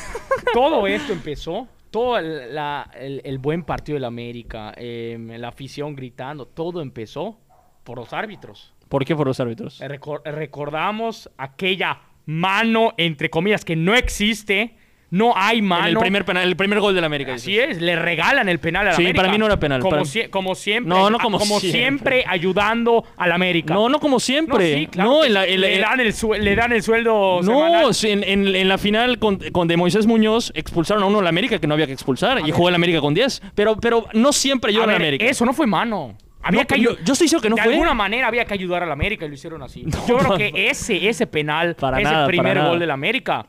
Speaker 3: todo esto empezó, todo el, la- el- el buen partido del América, em, la afición gritando, todo empezó por los árbitros.
Speaker 1: ¿Por qué por los árbitros?
Speaker 3: Eh, Recor- recordamos aquella mano, entre comillas, que no existe, no hay mano.
Speaker 1: En el primer penal, el primer gol del América.
Speaker 3: Así
Speaker 1: dices.
Speaker 3: es, le regalan el penal al
Speaker 1: Sí,
Speaker 3: América.
Speaker 1: para mí no era penal,
Speaker 3: Como,
Speaker 1: para-
Speaker 3: sie- como siempre.
Speaker 1: No, no
Speaker 3: a-
Speaker 1: como
Speaker 3: siempre.
Speaker 1: siempre.
Speaker 3: ayudando al América.
Speaker 1: No, no como
Speaker 3: No,
Speaker 1: siempre. No,
Speaker 3: sí, claro que
Speaker 1: en la,
Speaker 3: sí.
Speaker 1: en la-
Speaker 3: le, dan el sue- le dan el sueldo semanal.
Speaker 1: no, sí, en, en- en la final con, con de Moisés Muñoz expulsaron a uno de la América que no había que expulsar y jugó el América con 10. Pero, pero no siempre
Speaker 3: A
Speaker 1: yo en la
Speaker 3: ver,
Speaker 1: América.
Speaker 3: Eso no fue mano. Había
Speaker 1: No,
Speaker 3: que
Speaker 1: yo-
Speaker 3: ayu-
Speaker 1: yo estoy diciendo que no
Speaker 3: de
Speaker 1: fue.
Speaker 3: alguna manera había que ayudar al América y lo hicieron así.
Speaker 1: No,
Speaker 3: Yo creo
Speaker 1: no,
Speaker 3: que
Speaker 1: no.
Speaker 3: ese, ese penal,
Speaker 1: Para
Speaker 3: ese
Speaker 1: nada,
Speaker 3: primer
Speaker 1: para nada.
Speaker 3: gol del América,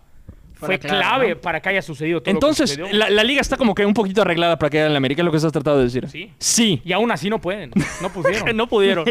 Speaker 3: fue
Speaker 2: clave,
Speaker 3: clave
Speaker 2: ¿no?
Speaker 3: para que haya sucedido todo lo que
Speaker 1: Entonces,
Speaker 3: sucedió.
Speaker 1: la, la liga está como que un poquito arreglada para que en la América, es lo que estás tratando de decir.
Speaker 3: Sí.
Speaker 1: Sí.
Speaker 3: Y aún así no pueden. No pudieron.
Speaker 1: no pudieron.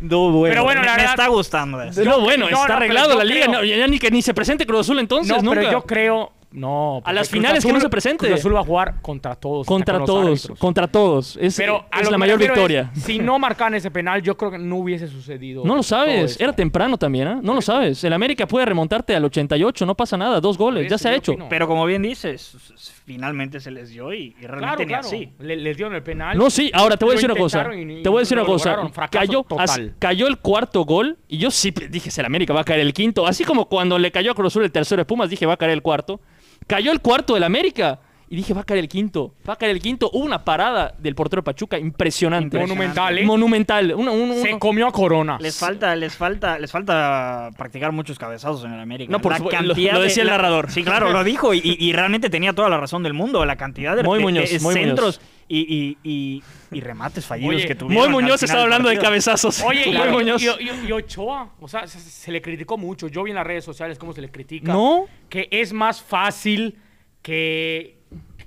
Speaker 1: no, bueno.
Speaker 3: Pero bueno,
Speaker 2: me,
Speaker 3: la
Speaker 2: me
Speaker 3: verdad-
Speaker 2: está gustando eso.
Speaker 1: no, bueno,
Speaker 3: no, no,
Speaker 1: está
Speaker 3: pero
Speaker 1: arreglado
Speaker 3: yo
Speaker 1: la liga.
Speaker 3: creo-
Speaker 1: no, ya ni que ni se presente Cruz Azul entonces,
Speaker 3: no,
Speaker 1: nunca.
Speaker 3: pero yo creo. No.
Speaker 1: A
Speaker 3: porque
Speaker 1: las
Speaker 3: Cruz
Speaker 1: finales que no
Speaker 3: Azul-
Speaker 1: se presente.
Speaker 3: Cruz Azul va a jugar contra todos. hasta
Speaker 1: contra
Speaker 3: con los
Speaker 1: todos,
Speaker 3: árbitros.
Speaker 1: contra todos. Es,
Speaker 3: Pero a
Speaker 1: es
Speaker 3: lo que
Speaker 1: la
Speaker 3: me
Speaker 1: mayor
Speaker 3: refiero
Speaker 1: victoria.
Speaker 3: es, si no marcan ese penal, yo creo que no hubiese sucedido.
Speaker 1: No lo
Speaker 3: todo
Speaker 1: sabes,
Speaker 3: esto.
Speaker 1: era temprano también, ¿ah? No lo sabes. El América puede remontarte al 88, no pasa nada, dos goles,
Speaker 3: Por
Speaker 1: ya
Speaker 3: eso
Speaker 1: se ha
Speaker 3: yo
Speaker 1: hecho.
Speaker 3: opino.
Speaker 2: Pero como bien dices, s- s- finalmente se les dio y, y
Speaker 3: Claro,
Speaker 2: realmente ni
Speaker 3: claro.
Speaker 2: así.
Speaker 3: Le- les dieron el penal.
Speaker 1: No, sí, ahora te voy a
Speaker 3: Lo
Speaker 1: decir una cosa.
Speaker 3: intentaron y- y
Speaker 1: Te voy a decir
Speaker 3: no
Speaker 1: una
Speaker 3: lo
Speaker 1: cosa.
Speaker 3: lograron, fracaso
Speaker 1: Cayó, as-
Speaker 3: total.
Speaker 1: cayó el cuarto gol y yo sí pe- dije, "Es el América va a caer el quinto. Así como cuando le cayó a Cruz Azul el tercero de Pumas, dije, va a caer el cuarto. Cayó el cuarto del América y dije, va a caer el quinto. Va a caer el quinto. Hubo una parada del portero Pachuca impresionante.
Speaker 3: Monumental, ¿eh?
Speaker 1: Monumental. Una- un- un-
Speaker 3: se comió a Corona.
Speaker 2: Les falta, les falta, les falta practicar muchos cabezazos en el América.
Speaker 1: No, por
Speaker 2: La
Speaker 1: supuesto, lo-
Speaker 2: cantidad
Speaker 1: lo
Speaker 2: de-
Speaker 1: decía el
Speaker 2: la-
Speaker 1: narrador.
Speaker 2: Sí, claro, lo dijo y, y- y realmente tenía toda la razón del mundo. La cantidad de,
Speaker 1: Muy
Speaker 2: de-
Speaker 1: Muñoz,
Speaker 2: de
Speaker 1: muy
Speaker 2: centros y, y- y- y remates fallidos
Speaker 3: Oye,
Speaker 2: que
Speaker 3: muy
Speaker 2: tuvieron.
Speaker 1: Muy
Speaker 2: al
Speaker 1: Muñoz
Speaker 2: final
Speaker 1: estaba
Speaker 2: del
Speaker 1: hablando de
Speaker 2: partido.
Speaker 1: cabezazos.
Speaker 3: Oye, y,
Speaker 1: Muy Muñoz.
Speaker 3: y- y- y Ochoa, o sea, se, se le criticó mucho. Yo vi en las redes sociales cómo se le critica.
Speaker 1: No.
Speaker 3: Que es más fácil que,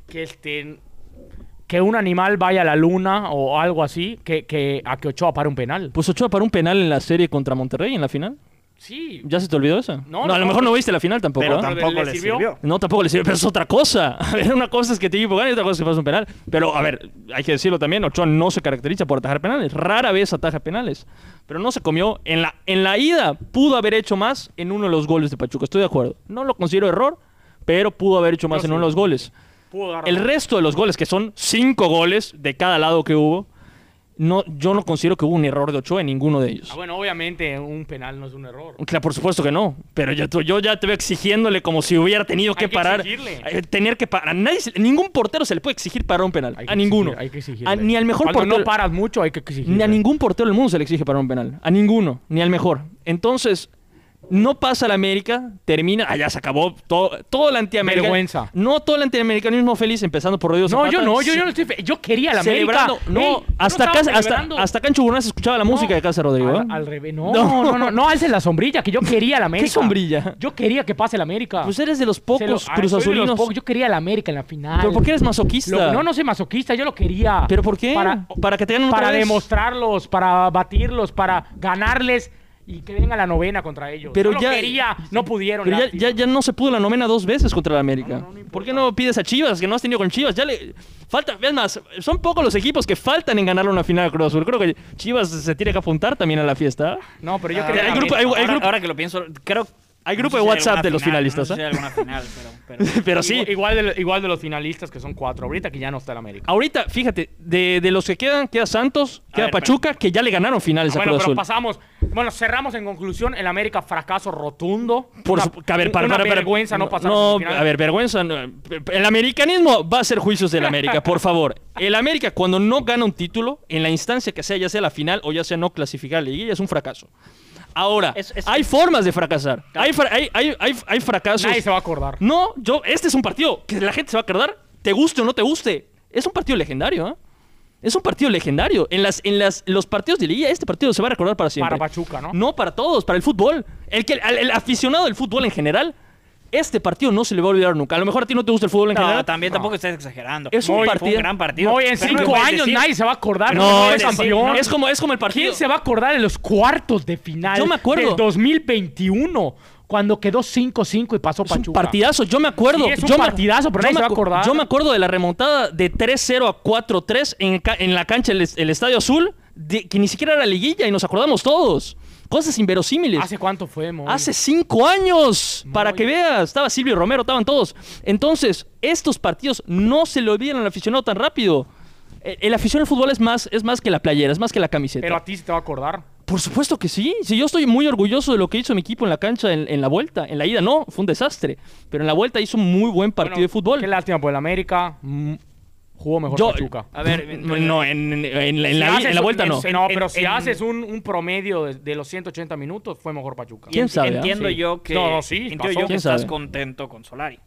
Speaker 3: que este que un animal vaya a la luna o algo así que, que a que Ochoa pare un penal.
Speaker 1: Pues Ochoa para un penal en la serie contra Monterrey en la final.
Speaker 3: Sí.
Speaker 1: ¿Ya se te olvidó eso? No,
Speaker 3: No,
Speaker 1: a
Speaker 3: no, pues
Speaker 1: lo mejor
Speaker 3: no.
Speaker 1: no viste la final tampoco.
Speaker 2: Pero
Speaker 1: ¿ah?
Speaker 3: tam-
Speaker 2: tampoco
Speaker 3: ¿Le
Speaker 2: les
Speaker 3: sirvió?
Speaker 2: sirvió.
Speaker 1: No, tampoco le sirve, pero es otra cosa. A ver, una cosa es que tu equipo gane y otra cosa es que pasa un penal. Pero, a ver, hay que decirlo también, Ochoa no se caracteriza por atajar penales. Rara vez ataja penales. Pero no se comió. En la, en la ida pudo haber hecho más en uno de los goles de Pachuca. Estoy de acuerdo. No lo considero error, pero pudo haber hecho más
Speaker 3: No,
Speaker 1: en
Speaker 3: sí.
Speaker 1: uno de los goles.
Speaker 3: Pudo dar-
Speaker 1: El resto de los goles, que son cinco goles de cada lado que hubo, no, yo no considero que hubo un error de Ochoa en ninguno de ellos.
Speaker 3: Ah, bueno, obviamente un penal no es un error.
Speaker 1: Claro, por supuesto que no. Pero yo, tú- yo ya te veo exigiéndole como si hubiera tenido que,
Speaker 3: que
Speaker 1: parar.
Speaker 3: exigirle.
Speaker 1: eh, Tener que parar. Nadie se- ningún portero se le puede exigir parar un penal.
Speaker 3: Hay que
Speaker 1: a ninguno.
Speaker 3: exigir- hay que exigirle.
Speaker 1: A- ni al mejor
Speaker 3: Cuando
Speaker 1: portero.
Speaker 3: no paras mucho, hay que exigir.
Speaker 1: ni a ningún portero del mundo se le exige parar un penal. A ninguno. Ni al mejor. Entonces, No pasa la América, termina, allá se acabó todo, todo el antiamericanismo.
Speaker 3: Vergüenza.
Speaker 1: No todo el antiamericanismo feliz, empezando por Rodrigo
Speaker 3: No,
Speaker 1: Zapata.
Speaker 3: yo no, yo,
Speaker 1: Sí.
Speaker 3: yo no estoy. fe- Yo quería la América.
Speaker 1: celebrando.
Speaker 3: Ey,
Speaker 1: No,
Speaker 3: yo
Speaker 1: hasta,
Speaker 3: estaba
Speaker 1: casa, hasta,
Speaker 3: celebrando.
Speaker 1: hasta acá en Chuburná se escuchaba la música de Casa Rodrigo. ¿eh?
Speaker 3: Al, al revés. No,
Speaker 1: No.
Speaker 3: no, no, no, alce la sombrilla, que yo quería la América.
Speaker 1: sombrilla?
Speaker 3: Yo quería que pase la América.
Speaker 1: Pues eres de los pocos
Speaker 3: Se lo- ah, soy de los
Speaker 1: cruzazulinos.
Speaker 3: pocos, Yo quería la América en la final.
Speaker 1: ¿Pero por qué eres masoquista?
Speaker 3: Lo- no, no soy masoquista, yo lo quería.
Speaker 1: ¿Pero por qué?
Speaker 3: Para,
Speaker 1: Para que te ganen otra
Speaker 3: para
Speaker 1: vez.
Speaker 3: demostrarlos, para batirlos, para ganarles y que vengan a la novena contra ellos.
Speaker 1: Pero
Speaker 3: yo
Speaker 1: ya-
Speaker 3: lo quería, no pudieron.
Speaker 1: Pero ya,
Speaker 3: lástima.
Speaker 1: ya, ya no se pudo la novena dos veces contra la América. ¿Por qué no pides a Chivas, que no has tenido con Chivas? Ya le. Falta, es más, son pocos los equipos que faltan en ganar una final a Cruz Azul. Creo que Chivas se tiene que apuntar también a la fiesta.
Speaker 3: No, pero yo
Speaker 2: Ah,
Speaker 3: quería.
Speaker 1: hay
Speaker 3: la
Speaker 1: grupo-
Speaker 2: ahora,
Speaker 3: América.
Speaker 1: hay grupo-
Speaker 2: ahora que lo pienso, creo.
Speaker 1: Hay grupo
Speaker 2: sé
Speaker 1: de
Speaker 2: si
Speaker 1: WhatsApp
Speaker 2: alguna
Speaker 1: de los
Speaker 2: final,
Speaker 1: finalistas,
Speaker 2: No sé si
Speaker 1: ¿eh?
Speaker 2: hay alguna final, pero. pero-
Speaker 1: Pero
Speaker 3: Igu-
Speaker 1: sí.
Speaker 3: Igual, de, igual de los finalistas que son cuatro, ahorita que ya no está el América.
Speaker 1: Ahorita, fíjate, de, de los que quedan, queda Santos, queda
Speaker 2: ver,
Speaker 1: Pachuca, que ya le ganaron finales a
Speaker 3: Ah, Bueno,
Speaker 1: Cruz
Speaker 3: pero
Speaker 1: Azul.
Speaker 3: pasamos. Bueno, cerramos en conclusión. El América fracaso rotundo.
Speaker 1: Por
Speaker 3: Una-
Speaker 1: su- que, a ver, para,
Speaker 3: una
Speaker 1: para- para-
Speaker 3: vergüenza no, pasar.
Speaker 1: No,
Speaker 3: a semifinales.
Speaker 1: a ver, vergüenza. no. El americanismo va a ser juicios del América, por favor. El América, cuando no gana un título, en la instancia que sea, ya sea la final o ya sea no clasificar a la liguilla, es un fracaso. Ahora,
Speaker 2: Es- es-
Speaker 1: hay formas de fracasar. Hay, fra- hay, hay, hay, hay fracasos.
Speaker 3: Nadie se va a acordar.
Speaker 1: No, yo, este es un partido que la gente se va a acordar, te guste o no te guste. Es un partido legendario, ¿eh? Es un partido legendario. En, las, en las, los partidos de liguilla, este partido se va a recordar para siempre.
Speaker 3: Para Pachuca, ¿no?
Speaker 1: No, para todos, para el fútbol. El, que, al- el aficionado del fútbol en general, este partido no se le va a olvidar nunca. A lo mejor a ti no te gusta el fútbol en
Speaker 2: No,
Speaker 1: general.
Speaker 2: también tampoco estás exagerando.
Speaker 1: Es un
Speaker 2: Muy-
Speaker 1: partido-
Speaker 2: Fue un gran partido.
Speaker 3: No, y en
Speaker 2: Pero no
Speaker 3: cinco
Speaker 2: puedes
Speaker 3: años
Speaker 2: decir-
Speaker 3: nadie se va a acordar.
Speaker 1: No,
Speaker 3: fue
Speaker 1: es,
Speaker 3: campeón.
Speaker 1: es como, es como el partido.
Speaker 3: ¿Quién se va a acordar en los cuartos de final
Speaker 1: Yo me acuerdo.
Speaker 3: del 2021? Cuando quedó 5-5 y pasó
Speaker 1: Es un
Speaker 3: Pachuca.
Speaker 1: partidazo, yo me acuerdo.
Speaker 3: Sí, es un
Speaker 1: yo me-
Speaker 3: partidazo,
Speaker 1: yo
Speaker 3: pero nadie
Speaker 1: me
Speaker 3: se va a
Speaker 1: acu-
Speaker 3: acordar.
Speaker 1: Yo me acuerdo de la remontada de 3-0 a 4-3 en, ca- en la cancha del el Estadio Azul, de- que ni siquiera era liguilla y nos acordamos todos. Cosas inverosímiles.
Speaker 3: ¿Hace cuánto fue, Moy?
Speaker 1: Hace cinco años, para que veas. Estaba Silvio Romero, estaban todos. Entonces, estos partidos no se le olvidan al aficionado tan rápido. El, el aficionado al fútbol es más, es más que la playera, es más que la camiseta.
Speaker 3: Pero a ti se te va a acordar.
Speaker 1: Por supuesto que sí. Si yo estoy muy orgulloso de lo que hizo mi equipo en la cancha en, en la vuelta. En la ida no, fue un desastre. Pero en la vuelta hizo un muy buen partido
Speaker 3: Bueno,
Speaker 1: de fútbol.
Speaker 3: Qué lástima por el América. mm, Jugó mejor
Speaker 1: Yo-
Speaker 3: Pachuca.
Speaker 2: A ver,
Speaker 1: no, en, en- en la- en
Speaker 3: Si
Speaker 1: la,
Speaker 3: haces
Speaker 1: en la
Speaker 3: un-
Speaker 1: vuelta no.
Speaker 3: en- No,
Speaker 2: En-
Speaker 3: pero
Speaker 2: en-
Speaker 3: si
Speaker 2: en-
Speaker 3: haces un, un promedio de, de los 180 minutos, fue mejor Pachuca.
Speaker 1: ¿Quién
Speaker 2: Ent-
Speaker 1: sabe, ah?
Speaker 2: Entiendo
Speaker 3: Sí.
Speaker 2: yo que.
Speaker 3: No, no, sí,
Speaker 2: Entiendo
Speaker 3: pasó.
Speaker 2: yo que
Speaker 1: ¿Quién
Speaker 2: estás
Speaker 1: sabe?
Speaker 2: contento con Solari.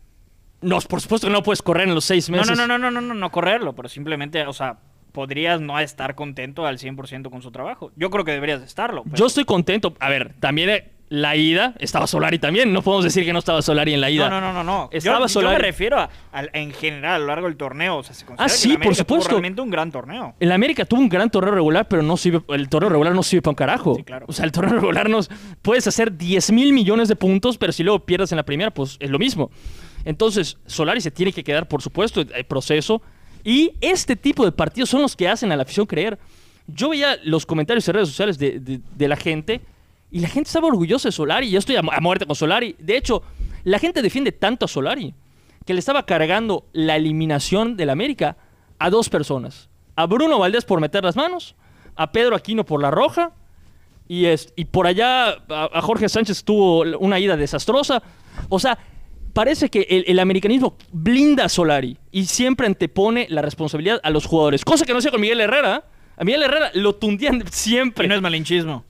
Speaker 1: No, por supuesto que no puedes correr en los seis
Speaker 2: No,
Speaker 1: meses.
Speaker 2: no, no, no, no, no, no, no correrlo, pero simplemente, o sea, podrías no estar contento al 100% con su trabajo. Yo creo que deberías estarlo. pero-
Speaker 1: Yo estoy contento. A ver, también eh, la ida estaba Solari también. No podemos decir que no estaba Solari en la ida.
Speaker 2: No, no, no, no, no. Yo-
Speaker 1: Estaba
Speaker 2: yo,
Speaker 1: Solari.
Speaker 2: me refiero a, al- en general a lo largo del torneo. O sea, se considera que
Speaker 1: sí,
Speaker 2: la
Speaker 1: por
Speaker 2: América tuvo
Speaker 1: supuesto.
Speaker 2: realmente un gran torneo.
Speaker 1: El América tuvo un gran torneo regular, pero no sirve, el torneo regular no sirve para un carajo.
Speaker 2: Sí, claro.
Speaker 1: O sea, el torneo regular nos puedes hacer 10 mil millones de puntos, pero si luego pierdes en la primera, pues es lo mismo. Entonces, Solari se tiene que quedar, por supuesto, el proceso. Y este tipo de partidos son los que hacen a la afición creer. Yo veía los comentarios en redes sociales de, de- de la gente y la gente estaba orgullosa de Solari. Yo estoy a, mu- a muerte con Solari. De hecho, la gente defiende tanto a Solari que le estaba cargando la eliminación del América a dos personas. A Bruno Valdés por meter las manos, a Pedro Aquino por la roja y, es, y por allá a, a Jorge Sánchez tuvo l- una ida desastrosa. O sea, parece que el, el americanismo blinda a Solari y siempre antepone la responsabilidad a los jugadores. Cosa que no hacía con Miguel Herrera. ¿eh? A Miguel Herrera lo tundían siempre.
Speaker 2: Y no es malinchismo.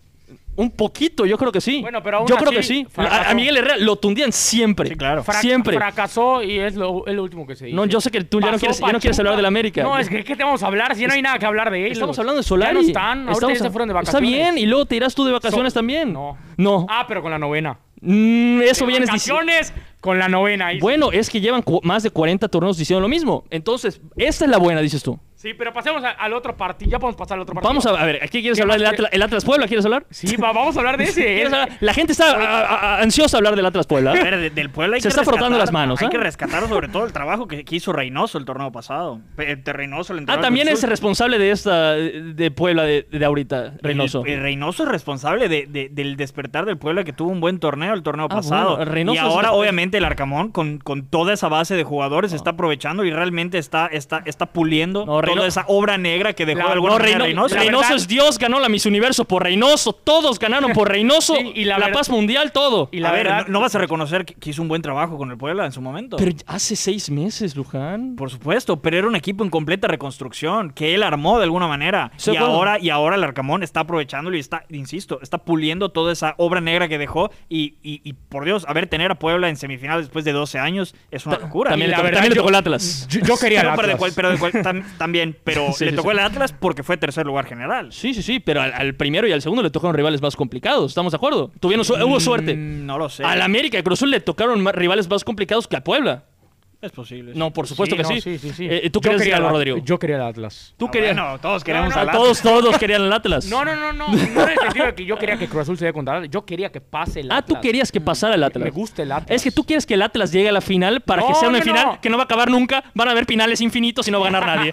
Speaker 1: Un poquito, yo creo que sí.
Speaker 3: Bueno, pero aún
Speaker 1: yo creo
Speaker 3: así,
Speaker 1: que sí. A,
Speaker 3: fracasó.
Speaker 1: a Miguel Herrera lo tundían siempre.
Speaker 2: Sí, claro.
Speaker 3: Frac-
Speaker 1: siempre.
Speaker 3: Fracasó y es lo, es lo último que se dice.
Speaker 1: No, yo sé que tú ya no
Speaker 3: Pasó
Speaker 1: quieres- ya no quieres
Speaker 3: Pachuca.
Speaker 1: hablar del América.
Speaker 3: No, es que ¿qué te vamos a hablar si no hay nada que hablar de ellos?
Speaker 1: Estamos hablando de Solari.
Speaker 3: Ya no están, ahorita
Speaker 1: Estamos
Speaker 3: ya
Speaker 1: a-
Speaker 3: se fueron de vacaciones.
Speaker 1: Está bien, y luego te irás tú de vacaciones
Speaker 3: So-
Speaker 1: también.
Speaker 3: No.
Speaker 1: No.
Speaker 3: Ah, pero con la novena.
Speaker 1: Mm, eso
Speaker 3: De
Speaker 1: viene
Speaker 3: vacaciones con la novena. ahí.
Speaker 1: Bueno, es que llevan cu- más de 40 torneos diciendo lo mismo. Entonces, esta es la buena, dices tú.
Speaker 3: Sí, pero pasemos a- al otro partido. Ya podemos pasar al otro partido.
Speaker 1: Vamos a, a ver, ¿aquí quieres
Speaker 3: ¿Qué
Speaker 1: hablar del
Speaker 3: más
Speaker 1: Atlas, el Atlas Puebla? ¿Quieres hablar?
Speaker 3: Sí, va- vamos a hablar de ese. ¿eh?
Speaker 1: ¿Quieres hablar? La gente está a- a- a- ansiosa de hablar del Atlas Puebla.
Speaker 2: A ver, de- del pueblo hay
Speaker 1: Se
Speaker 2: que
Speaker 1: está frotando
Speaker 2: rescatar-
Speaker 1: las manos, ¿eh?
Speaker 2: Hay que rescatar sobre todo el trabajo que, que hizo Reynoso el torneo pasado. Pe- de Reynoso,
Speaker 1: Ah,
Speaker 2: el entrenador
Speaker 1: también
Speaker 2: del
Speaker 1: es
Speaker 2: sur.
Speaker 1: responsable de esta, de Puebla de, de ahorita, Reynoso.
Speaker 2: El- el Reynoso es responsable de- de- del despertar del Puebla que tuvo un buen torneo el torneo
Speaker 1: Ah,
Speaker 2: pasado.
Speaker 1: bueno, Reynoso
Speaker 2: y
Speaker 1: es
Speaker 2: ahora,
Speaker 1: responsable. Ah.
Speaker 2: obviamente, el Arcamón con, con toda esa base de jugadores está aprovechando y realmente está, está, está puliendo
Speaker 1: No, Reino-
Speaker 2: toda esa obra negra que dejó
Speaker 3: La-
Speaker 2: alguna
Speaker 1: No,
Speaker 2: manera
Speaker 1: Reino-
Speaker 2: Reynoso.
Speaker 1: Reynoso,
Speaker 3: La verdad-
Speaker 1: es Dios, ganó la Miss Universo por Reynoso, todos ganaron por Reynoso,
Speaker 3: Sí, y
Speaker 1: la,
Speaker 3: la verdad-
Speaker 1: paz mundial, todo.
Speaker 3: Y la
Speaker 2: a ver,
Speaker 3: verdad-
Speaker 2: ¿no, no vas a reconocer que, que hizo un buen trabajo con el Puebla en su momento?
Speaker 1: Pero hace seis meses, Luján.
Speaker 2: Por supuesto, pero era un equipo en completa reconstrucción que él armó de alguna manera.
Speaker 1: Sí,
Speaker 2: y
Speaker 1: bueno.
Speaker 2: ahora y ahora el Arcamón está aprovechándolo y está, insisto, está puliendo toda esa obra negra que dejó. Y, y- y, por Dios, a ver, tener a Puebla en semifinal después de 12 años es una locura.
Speaker 1: También,
Speaker 3: Y
Speaker 1: le,
Speaker 3: la
Speaker 1: tocó-
Speaker 3: verdad,
Speaker 1: también le
Speaker 3: yo-
Speaker 1: tocó el Atlas.
Speaker 3: Yo, yo quería el
Speaker 2: Pero, pero de
Speaker 3: Atlas.
Speaker 2: cual- pero de cual- tam- también, pero
Speaker 1: Sí,
Speaker 2: le
Speaker 1: sí,
Speaker 2: tocó
Speaker 1: sí.
Speaker 2: el Atlas porque fue tercer lugar general.
Speaker 1: Sí, sí, sí, pero al, al primero y al segundo le tocaron rivales más complicados, ¿estamos de acuerdo? Tuvieron su- hubo suerte.
Speaker 2: Mm, No lo sé.
Speaker 1: Al América y Cruz Azul le tocaron más- rivales más complicados que al Puebla.
Speaker 2: Es posible. sí.
Speaker 1: No, por supuesto
Speaker 3: Sí,
Speaker 1: que
Speaker 3: no,
Speaker 1: sí.
Speaker 3: sí, sí, sí.
Speaker 1: Eh, ¿Tú
Speaker 3: Yo
Speaker 1: querías decir
Speaker 3: quería el
Speaker 1: algo,
Speaker 3: At-
Speaker 1: Rodrigo?
Speaker 3: Yo quería el Atlas.
Speaker 1: Tú
Speaker 2: Ah,
Speaker 1: querías...
Speaker 2: bueno, todos queremos
Speaker 3: no,
Speaker 1: a
Speaker 2: al Atlas.
Speaker 1: todos, todos querían el Atlas.
Speaker 3: No, no, no, no. No en el sentido de que yo quería que Cruz Azul se diera contra Atlas. Yo quería que pase el
Speaker 1: Ah,
Speaker 3: Atlas.
Speaker 1: tú querías que pasara el Atlas.
Speaker 3: Me gusta el Atlas.
Speaker 1: Es que tú quieres que el Atlas llegue a la final para que
Speaker 3: No,
Speaker 1: sea una
Speaker 3: no,
Speaker 1: final
Speaker 3: no.
Speaker 1: que no va a acabar nunca, van a haber finales infinitos y no va a ganar nadie.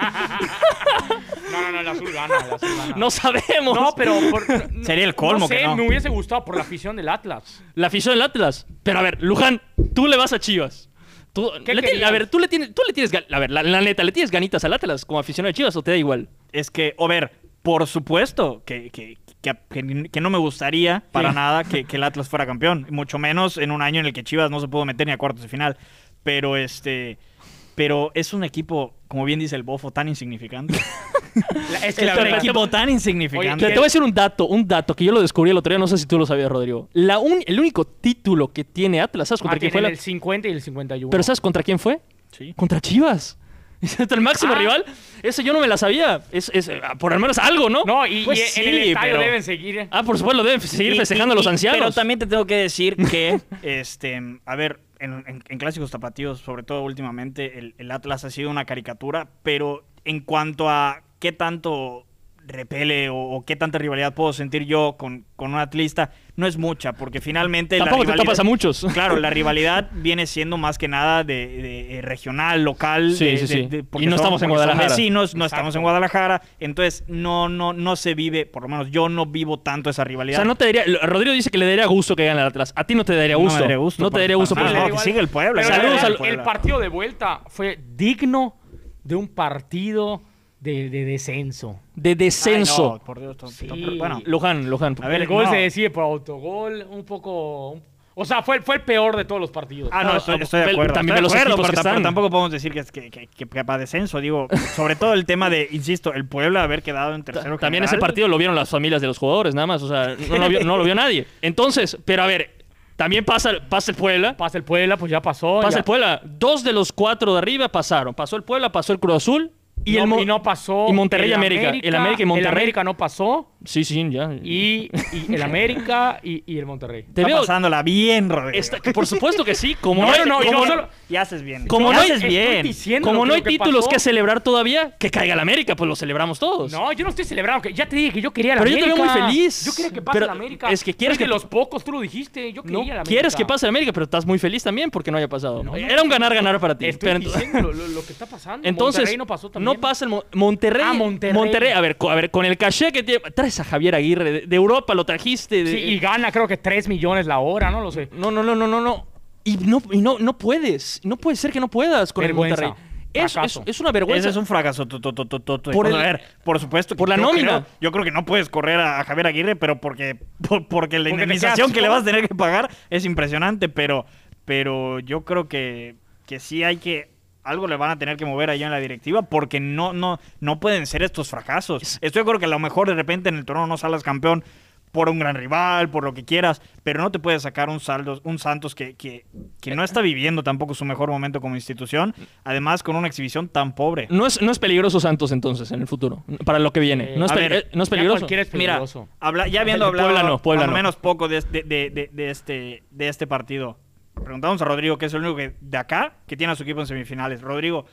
Speaker 3: No, no, no, el azul gana, el azul gana.
Speaker 1: no sabemos.
Speaker 3: No, pero por- no-
Speaker 2: Sería el colmo
Speaker 3: no
Speaker 2: que
Speaker 3: sé,
Speaker 2: no.
Speaker 3: me hubiese gustado por la afición del Atlas.
Speaker 1: La afición del Atlas. Pero a ver, Luján, tú le vas a Chivas. Tú,
Speaker 3: ¿Qué
Speaker 1: le ti-
Speaker 3: querías?
Speaker 1: a ver, tú le tienes, tú le tienes, gan- a ver, la, la neta, ¿le tienes ganitas al Atlas como aficionado de Chivas o te da igual?
Speaker 2: Es que, o ver, por supuesto que, que, que- que- que no me gustaría para
Speaker 1: Sí.
Speaker 2: nada que, que el Atlas fuera campeón. Mucho menos en un año en el que Chivas no se pudo meter ni a cuartos de final. Pero este. Pero es un equipo, como bien dice el Bofo, tan insignificante.
Speaker 3: es
Speaker 2: es un
Speaker 3: ah,
Speaker 2: equipo tan
Speaker 1: Te,
Speaker 2: insignificante.
Speaker 1: te voy a decir un dato, un dato que yo lo descubrí el otro día, no sé si tú lo sabías, Rodrigo. La un- el único título que tiene Atlas, ¿sabes contra quién fue?
Speaker 3: Ah, el 50 y el 51.
Speaker 1: Pero ¿sabes contra quién fue?
Speaker 2: Sí.
Speaker 1: Contra Chivas. el máximo
Speaker 3: Ah.
Speaker 1: rival. Eso yo no me la sabía. Es, es, eh, por lo menos algo, ¿no?
Speaker 3: No, y,
Speaker 2: Pues
Speaker 3: y
Speaker 2: sí,
Speaker 3: en el estadio
Speaker 2: pero-
Speaker 3: deben seguir. eh.
Speaker 1: Ah, por supuesto, lo deben seguir
Speaker 2: Y-
Speaker 1: festejando a
Speaker 2: y-
Speaker 1: los
Speaker 2: y-
Speaker 1: ancianos.
Speaker 2: Pero también te tengo que decir que, este, a ver, en, en- en clásicos tapatíos, sobre todo últimamente, el, el Atlas ha sido una caricatura, pero en cuanto a qué tanto repele o, o qué tanta rivalidad puedo sentir yo con, con un atlista, no es mucha, porque finalmente... la
Speaker 1: Tampoco te
Speaker 2: rivalidad-
Speaker 1: topas a muchos.
Speaker 2: Claro, la rivalidad viene siendo más que nada de, de, eh, regional, local.
Speaker 1: Sí,
Speaker 2: de-
Speaker 1: sí,
Speaker 2: de-
Speaker 1: sí.
Speaker 2: de-
Speaker 1: Y no estamos
Speaker 2: son-
Speaker 1: en
Speaker 2: porque son
Speaker 1: Guadalajara.
Speaker 2: vecinos, no
Speaker 3: Exacto.
Speaker 2: estamos en Guadalajara. Entonces, no, no, no se vive, por lo menos yo no vivo tanto esa
Speaker 1: O
Speaker 2: rivalidad.
Speaker 1: sea, no te daría. Rodrigo dice que le daría gusto que gane el Atlas. A ti no te daría gusto.
Speaker 2: No me daría gusto.
Speaker 1: pues No te
Speaker 2: por-
Speaker 1: daría gusto.
Speaker 2: para
Speaker 1: por-
Speaker 3: Ah, no,
Speaker 2: nada,
Speaker 3: no,
Speaker 2: que
Speaker 3: igual.
Speaker 2: sigue el Puebla.
Speaker 3: Pero
Speaker 2: que
Speaker 3: la
Speaker 1: Saludos
Speaker 2: siga
Speaker 1: al-
Speaker 3: verdad,
Speaker 2: el Puebla.
Speaker 3: El partido de vuelta fue digno de un partido de, de descenso.
Speaker 1: de descenso.
Speaker 2: Ay, Ah, no, por Dios, tonto.
Speaker 3: Sí.
Speaker 2: Pero Bueno,
Speaker 1: Luján, Luján.
Speaker 2: A ver,
Speaker 3: el gol
Speaker 2: no.
Speaker 3: se decide por autogol, un poco... un- o sea, fue, fue el peor de todos los partidos.
Speaker 2: Ah, no,
Speaker 1: no,
Speaker 2: estoy,
Speaker 1: no,
Speaker 2: estoy de
Speaker 1: pero
Speaker 2: acuerdo.
Speaker 1: también
Speaker 2: estoy
Speaker 1: los
Speaker 2: de acuerdo,
Speaker 1: equipos
Speaker 2: pero,
Speaker 1: que
Speaker 2: tam- pero
Speaker 1: están.
Speaker 2: tampoco podemos decir que es que, que, que- que para descenso, digo, sobre todo el tema de, insisto, el Puebla haber quedado en tercero.
Speaker 1: También ese
Speaker 2: general.
Speaker 1: partido lo vieron las familias de los jugadores, nada más. O sea, no lo vio, no lo vio nadie. Entonces, pero a ver, también pasa, pasa el Puebla.
Speaker 3: Pasa el Puebla, pues ya pasó.
Speaker 1: Pasa
Speaker 3: ya-
Speaker 1: el Puebla. Dos de los cuatro de arriba pasaron. Pasó el Puebla, pasó el Cruz Azul. Y,
Speaker 3: Y, no,
Speaker 1: el Mo-
Speaker 3: y no pasó.
Speaker 1: Y Monterrey y América. El América y Monterrey.
Speaker 3: El América no pasó.
Speaker 1: Sí, sí, ya.
Speaker 3: Y, y el América y, y el Monterrey.
Speaker 1: Te
Speaker 2: Está
Speaker 1: veo-
Speaker 2: pasándola bien, Rodrigo.
Speaker 1: Está- por supuesto que sí. Como
Speaker 3: No,
Speaker 1: hay-
Speaker 3: no, no, y
Speaker 1: como
Speaker 3: no solo-
Speaker 2: Y haces bien.
Speaker 1: Como
Speaker 2: Y
Speaker 1: no hay-
Speaker 2: haces
Speaker 1: estoy
Speaker 2: bien.
Speaker 3: diciendo
Speaker 1: Como
Speaker 3: lo
Speaker 1: no hay
Speaker 3: que
Speaker 1: títulos
Speaker 3: pasó.
Speaker 1: que celebrar todavía, que caiga el América, pues lo celebramos todos.
Speaker 3: No, yo no estoy celebrando. que- Ya te dije que yo quería la
Speaker 1: Pero yo te
Speaker 3: América.
Speaker 1: veo muy feliz.
Speaker 3: Yo quería que pase
Speaker 1: Pero
Speaker 3: la América.
Speaker 1: es que
Speaker 3: Pero
Speaker 1: quieres que-
Speaker 3: de los pocos, tú lo dijiste. Yo quería
Speaker 1: No,
Speaker 3: la América.
Speaker 1: quieres que pase el América, pero estás muy feliz también porque no haya pasado.
Speaker 3: No, no.
Speaker 1: Era un ganar-ganar para ti.
Speaker 3: Estoy
Speaker 1: Pero ent-
Speaker 3: diciendo lo, lo que está pasando.
Speaker 1: entonces,
Speaker 3: Monterrey no pasó también.
Speaker 1: no pasa el Mon- Monterrey,
Speaker 3: Ah, Monterrey.
Speaker 1: A ver, co- a ver, con el caché que tiene. Traes a Javier Aguirre de, de Europa, lo trajiste. de-
Speaker 3: Sí, y gana creo que 3 millones la hora, no lo sé.
Speaker 1: No, no, no, no, no, no. Y no, y no, no puedes. No puede ser que no puedas con
Speaker 3: Vergüenza.
Speaker 1: el Monterrey. Es, es,
Speaker 3: Fracaso.
Speaker 1: es una vergüenza.
Speaker 2: Ese es un fracaso. tu, tu, tu, tu, tu, tu.
Speaker 1: Por el-
Speaker 2: a ver, por supuesto. que
Speaker 1: por la
Speaker 2: yo
Speaker 1: nómina.
Speaker 2: creo- yo creo que no puedes correr a, a Javier Aguirre, pero porque, por- porque la
Speaker 3: Porque te
Speaker 2: indemnización
Speaker 3: quedas
Speaker 2: que le
Speaker 3: fuera.
Speaker 2: vas a tener que pagar es impresionante, pero, pero yo creo que, que sí hay que... Algo le van a tener que mover allá en la directiva porque no, no, no pueden ser estos fracasos. Estoy de acuerdo que a lo mejor de repente en el torneo no salas campeón por un gran rival, por lo que quieras, pero no te puedes sacar un saldo, un Santos que, que, que no está viviendo tampoco su mejor momento como institución, además con una exhibición tan pobre.
Speaker 1: No es, no es peligroso Santos entonces en el futuro, para lo que viene.
Speaker 3: Eh,
Speaker 1: No es,
Speaker 2: a
Speaker 1: peli-
Speaker 2: ver,
Speaker 1: eh, no es
Speaker 3: ya
Speaker 1: peligroso.
Speaker 3: cualquiera es
Speaker 2: Mira,
Speaker 3: peligroso.
Speaker 2: habla- ya habiendo
Speaker 1: Puebla
Speaker 2: hablado
Speaker 1: no, Puebla
Speaker 2: más o
Speaker 1: no.
Speaker 2: menos poco de, de- de- de- de este, de este partido, preguntamos a Rodrigo, que es el único que, de acá que tiene a su equipo en semifinales. Rodrigo,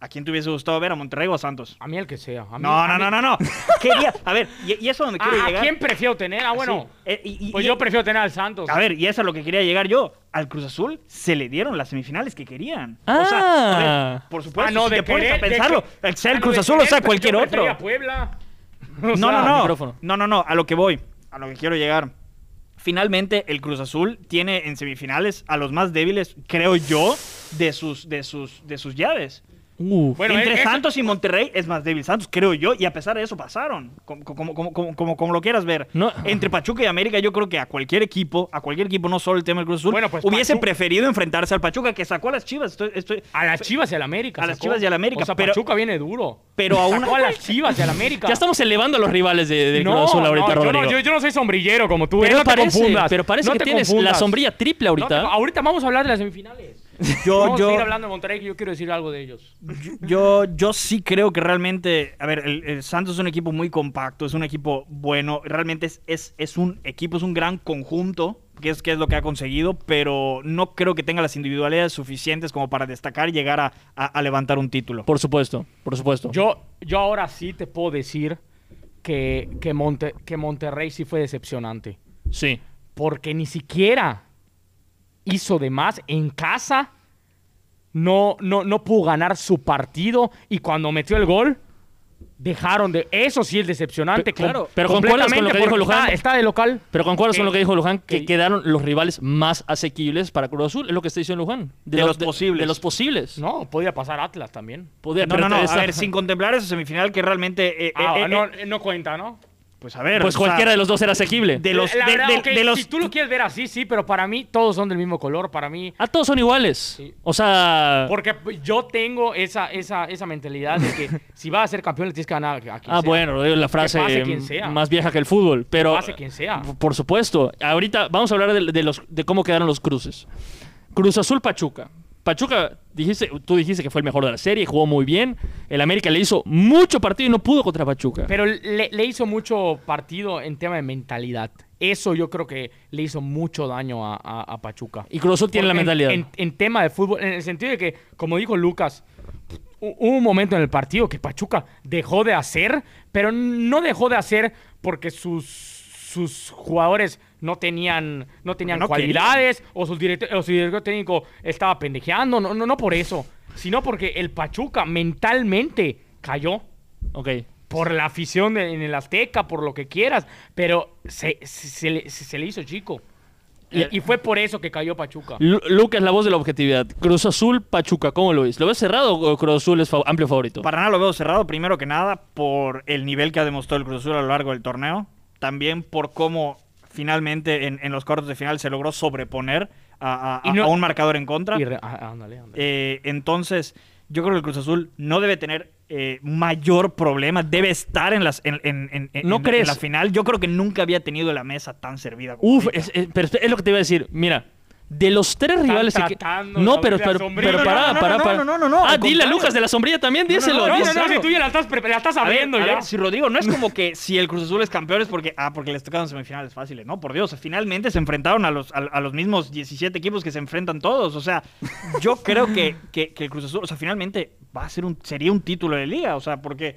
Speaker 2: ¿a quién te hubiese gustado ver? ¿A Monterrey o a Santos?
Speaker 3: A mí el que sea. a mí-
Speaker 2: No,
Speaker 3: a
Speaker 2: no,
Speaker 3: mí-
Speaker 2: no, no, no. Quería- a ver, y, y eso es donde quiero
Speaker 3: Ah, ¿A
Speaker 2: llegar.
Speaker 3: quién prefiero tener? Ah, bueno.
Speaker 2: Sí. Eh, y- y-
Speaker 3: Pues
Speaker 2: y-
Speaker 3: yo prefiero tener al Santos.
Speaker 2: A ver, y eso es a lo que quería llegar yo. Al Cruz Azul se le dieron las semifinales que querían.
Speaker 1: Ah.
Speaker 2: O sea, a ver, por supuesto,
Speaker 3: Ah, no,
Speaker 2: si te
Speaker 3: de
Speaker 2: pones a
Speaker 3: querer- de
Speaker 2: pensarlo,
Speaker 3: que-
Speaker 2: sea
Speaker 3: Ah,
Speaker 2: el
Speaker 3: no,
Speaker 2: Cruz
Speaker 3: de
Speaker 2: Azul o sea
Speaker 3: querer,
Speaker 2: cualquier
Speaker 3: yo
Speaker 2: otro.
Speaker 3: prefería a Puebla. O
Speaker 2: No,
Speaker 3: sea,
Speaker 2: no, no.
Speaker 1: micrófono.
Speaker 2: No, no, no. A lo que voy. A lo que quiero llegar. Finalmente, el Cruz Azul tiene en semifinales a los más débiles, creo yo, de sus, de sus, de sus llaves.
Speaker 1: Uf.
Speaker 3: Bueno,
Speaker 2: Entre
Speaker 3: eh, eso-
Speaker 2: Santos y Monterrey es más débil Santos, creo yo, y a pesar de eso pasaron, como, como, como, como, como, como lo quieras ver.
Speaker 1: No.
Speaker 2: Entre Pachuca y América yo creo que a cualquier equipo, a cualquier equipo, no solo el tema del Cruz Azul,
Speaker 3: Bueno, pues,
Speaker 2: hubiese
Speaker 3: Pachu-
Speaker 2: preferido enfrentarse al Pachuca que sacó a las Chivas. Estoy, estoy-
Speaker 3: A las Chivas y al América.
Speaker 2: A las
Speaker 3: sacó.
Speaker 2: Chivas y al América,
Speaker 3: O sea,
Speaker 2: pero-
Speaker 3: Pachuca viene duro.
Speaker 2: pero aún-
Speaker 3: Sacó a las Chivas y al América.
Speaker 1: Ya estamos elevando a los rivales de, del Cruz Azul ahorita,
Speaker 3: no, yo
Speaker 1: Rodrigo.
Speaker 3: no, yo, yo no soy sombrillero como tú. eh,
Speaker 1: pero,
Speaker 3: no te
Speaker 1: parece,
Speaker 3: confundas.
Speaker 1: pero parece
Speaker 3: No
Speaker 1: que
Speaker 3: te
Speaker 1: tienes
Speaker 3: confundas.
Speaker 1: la sombrilla triple
Speaker 3: No te-
Speaker 1: ahorita. ¿eh?
Speaker 3: ahorita vamos a hablar de las semifinales.
Speaker 2: Yo-
Speaker 3: vamos
Speaker 2: yo-
Speaker 3: a seguir hablando de Monterrey, que yo quiero decir algo de ellos.
Speaker 2: Yo, yo sí creo que realmente, a ver, el, el Santos es un equipo muy compacto, es un equipo bueno, realmente es, es, es un equipo, es un gran conjunto, que es, que es lo que ha conseguido, pero no creo que tenga las individualidades suficientes como para destacar y llegar a, a- a levantar un título.
Speaker 1: Por supuesto, por supuesto.
Speaker 3: Yo, yo ahora sí te puedo decir que, que, Monte- que Monterrey sí fue decepcionante.
Speaker 1: Sí.
Speaker 3: Porque ni siquiera hizo de más en casa. No, no, no pudo ganar su partido. Y cuando metió el gol, dejaron de. Eso sí es decepcionante.
Speaker 1: Pe- claro,
Speaker 3: com-
Speaker 1: pero concuerdas con lo que
Speaker 3: completamente,
Speaker 1: dijo
Speaker 3: porque
Speaker 1: Luján.
Speaker 3: Está, está de local.
Speaker 1: Pero concuerdas con
Speaker 3: Eh,
Speaker 1: lo que dijo Luján, que
Speaker 3: eh,
Speaker 1: quedaron los rivales más asequibles para Cruz Azul. Es lo que está diciendo Luján.
Speaker 2: De los posibles.
Speaker 1: De los posibles.
Speaker 3: No, podía pasar Atlas también.
Speaker 1: Podía-
Speaker 2: No, no,
Speaker 1: pero
Speaker 2: no, a
Speaker 1: esa-
Speaker 2: ver, sin contemplar esa semifinal que realmente... eh,
Speaker 3: Ah,
Speaker 2: eh, eh,
Speaker 3: no,
Speaker 2: eh,
Speaker 3: no cuenta, ¿no?
Speaker 2: pues a ver,
Speaker 1: Pues
Speaker 2: o sea,
Speaker 1: cualquiera de los dos era asequible.
Speaker 2: de los...
Speaker 3: La
Speaker 2: de-
Speaker 3: verdad,
Speaker 2: de-
Speaker 3: ok,
Speaker 2: de los-
Speaker 3: Si tú lo quieres ver así, sí, pero para mí todos son del mismo color. Para mí.
Speaker 1: Ah, todos son iguales. O sea.
Speaker 3: Porque yo tengo esa, esa, esa mentalidad de que si vas a ser campeón le tienes que ganar a quien
Speaker 1: Ah,
Speaker 3: sea.
Speaker 1: bueno, Rodrigo, la frase
Speaker 3: pase
Speaker 1: eh,
Speaker 3: quien sea.
Speaker 1: más vieja que el fútbol. Pero,
Speaker 3: pase quien sea.
Speaker 1: P- Por supuesto. Ahorita vamos a hablar de, de los, de cómo quedaron los cruces. Cruz Azul Pachuca. Pachuca, dijiste, tú dijiste que fue el mejor de la serie, jugó muy bien. El América le hizo mucho partido y no pudo contra Pachuca.
Speaker 3: Pero le, le hizo mucho partido en tema de mentalidad. Eso yo creo que le hizo mucho daño a, a- a Pachuca.
Speaker 1: y Cruz Azul tiene la
Speaker 3: Porque en-
Speaker 1: mentalidad.
Speaker 3: En, en tema de fútbol, en el sentido de que, como dijo Lucas, hu- hubo un momento en el partido que Pachuca dejó de hacer, pero no dejó de hacer porque sus, sus jugadores no tenían, no tenían
Speaker 2: no
Speaker 3: cualidades o, sus directo- o su director técnico estaba pendejeando. No, no, no por eso, sino porque el Pachuca mentalmente cayó
Speaker 1: ok.
Speaker 3: por la afición de- en el Azteca, por lo que quieras, pero se, se- se le, se- se le hizo chico.
Speaker 2: Eh,
Speaker 3: Y, y fue por eso que cayó Pachuca.
Speaker 1: Lu- Lucas, la voz de la objetividad. Cruz Azul Pachuca, ¿cómo lo ves? ¿Lo ves cerrado o Cruz Azul es fa- amplio favorito?
Speaker 2: Para nada lo veo cerrado, primero que nada, por el nivel que ha demostrado el Cruz Azul a lo largo del torneo. También por cómo finalmente en, en los cuartos de final se logró sobreponer a, a-
Speaker 3: Y no-
Speaker 2: a un marcador en contra.
Speaker 3: Y re- ah, ándale, ándale.
Speaker 2: Eh, entonces, yo creo que el Cruz Azul no debe tener eh, mayor problema. Debe estar en, las, en, en- en- en-
Speaker 1: ¿No
Speaker 2: en-
Speaker 1: crees?
Speaker 2: en la final. Yo creo que nunca había tenido la mesa tan servida. como
Speaker 1: Uf,
Speaker 2: ahorita.
Speaker 1: es, es- pero es lo que te iba a decir. Mira, de los tres rivales que-
Speaker 3: tratando
Speaker 1: No,
Speaker 3: la
Speaker 1: pero,
Speaker 3: de
Speaker 1: pero,
Speaker 3: sombrilla.
Speaker 1: pero
Speaker 2: No, no,
Speaker 1: pará,
Speaker 2: no, no,
Speaker 1: pará,
Speaker 2: no,
Speaker 1: pará.
Speaker 2: no, no, no, no,
Speaker 1: Ah,
Speaker 2: al
Speaker 1: dile a
Speaker 2: contrario.
Speaker 1: Lucas de la sombrilla también, díselo.
Speaker 2: no,
Speaker 3: No, no, no,
Speaker 1: díselo.
Speaker 3: si tú ya la estás, pre- la estás
Speaker 2: A ver,
Speaker 3: abriendo
Speaker 2: a
Speaker 3: ya.
Speaker 2: ver, si Rodrigo, no es como que si el Cruz Azul es campeón es porque, ah, porque les tocaron semifinales fáciles. No, por Dios, finalmente se enfrentaron a los, a, a los mismos 17 equipos que se enfrentan todos. O sea, yo creo que, que- que el Cruz Azul, o sea, finalmente va a ser un, sería un título de liga. O sea, porque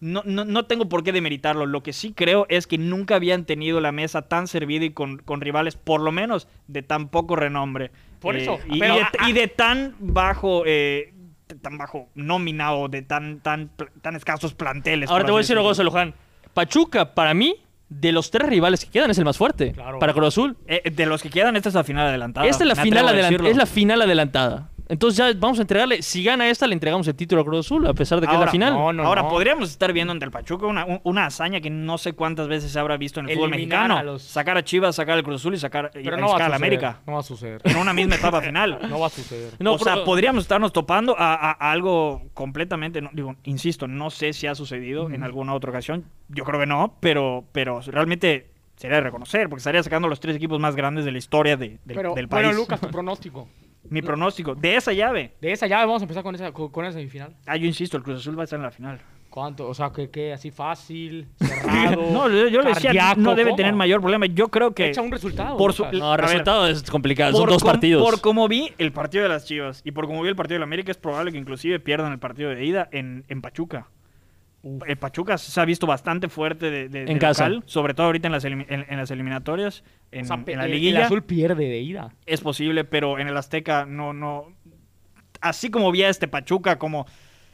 Speaker 2: no, no, no tengo por qué demeritarlo. Lo que sí creo es que nunca habían tenido la mesa tan servida y con, con rivales, por lo menos, de tan poco renombre. Eh,
Speaker 3: Por eso,
Speaker 2: y,
Speaker 3: pero
Speaker 2: y de,
Speaker 3: a- a-
Speaker 2: y de tan bajo... eh, de tan bajo nómina o de tan tan pl- tan escasos planteles.
Speaker 1: Ahora
Speaker 2: por
Speaker 1: te voy a
Speaker 2: así
Speaker 1: decir algo,
Speaker 2: decirlo.
Speaker 1: Luján. Pachuca, para mí, de los tres rivales que quedan, es el más fuerte.
Speaker 3: Claro.
Speaker 1: Para Cruz Azul.
Speaker 2: Eh, de los que quedan, esta es la final adelantada.
Speaker 1: Esta es la,
Speaker 2: me
Speaker 1: final
Speaker 2: atrevo a
Speaker 1: adelan-
Speaker 2: decirlo.
Speaker 1: es la final adelantada. Entonces ya vamos a entregarle. Si gana esta, le entregamos el título a Cruz Azul, a pesar de que es la
Speaker 2: Ahora,
Speaker 1: final.
Speaker 3: no, no,
Speaker 2: Ahora
Speaker 3: no.
Speaker 2: podríamos estar viendo ante el Pachuca una, un- una hazaña que no sé cuántas veces se habrá visto en el fútbol
Speaker 3: Eliminar
Speaker 2: mexicano.
Speaker 3: a los-
Speaker 2: Sacar a Chivas, sacar al Cruz Azul y sacar y-
Speaker 3: Pero
Speaker 2: y
Speaker 3: no
Speaker 2: sacar a
Speaker 3: va a suceder.
Speaker 2: la América
Speaker 3: No va a suceder.
Speaker 2: en una misma etapa final.
Speaker 3: No va a suceder.
Speaker 1: No,
Speaker 2: o
Speaker 1: pero-
Speaker 2: sea, podríamos estarnos topando a, a- a algo completamente, no- digo, insisto, no sé si ha sucedido en alguna otra ocasión, yo creo que no, pero, pero realmente sería de reconocer, porque estaría sacando los tres equipos más grandes de la historia de- del,
Speaker 3: Pero,
Speaker 2: del país.
Speaker 3: bueno, Lucas, tu pronóstico.
Speaker 2: Mi pronóstico, de esa llave,
Speaker 3: De esa llave vamos a empezar con esa, con, con esa semifinal.
Speaker 2: ah, yo insisto, el Cruz Azul va a estar en la final.
Speaker 3: ¿Cuánto? O sea, que, que así fácil, cerrado.
Speaker 2: No, yo, yo le decía,
Speaker 3: cardíaco,
Speaker 2: no debe
Speaker 3: ¿cómo?
Speaker 2: tener mayor problema, yo creo que...
Speaker 3: Echa un resultado.
Speaker 2: por su-
Speaker 3: Lucas.
Speaker 1: No,
Speaker 2: a ver,
Speaker 1: resultado es complicado. Ah, Son
Speaker 2: por
Speaker 1: dos
Speaker 2: com-
Speaker 1: partidos.
Speaker 2: Por como vi el partido de las Chivas y por como vi el partido de la América, es probable que inclusive pierdan el partido de ida en, en Pachuca. El Pachuca se ha visto bastante fuerte de, de- de
Speaker 1: En casa.
Speaker 2: local, sobre todo ahorita en las, elimi- en, en las eliminatorias, en,
Speaker 3: O sea,
Speaker 2: en
Speaker 3: pe-
Speaker 2: la
Speaker 3: el-
Speaker 2: liguilla.
Speaker 3: El azul pierde de ida.
Speaker 2: Es posible, pero en el Azteca no, no. Así como vi a este Pachuca como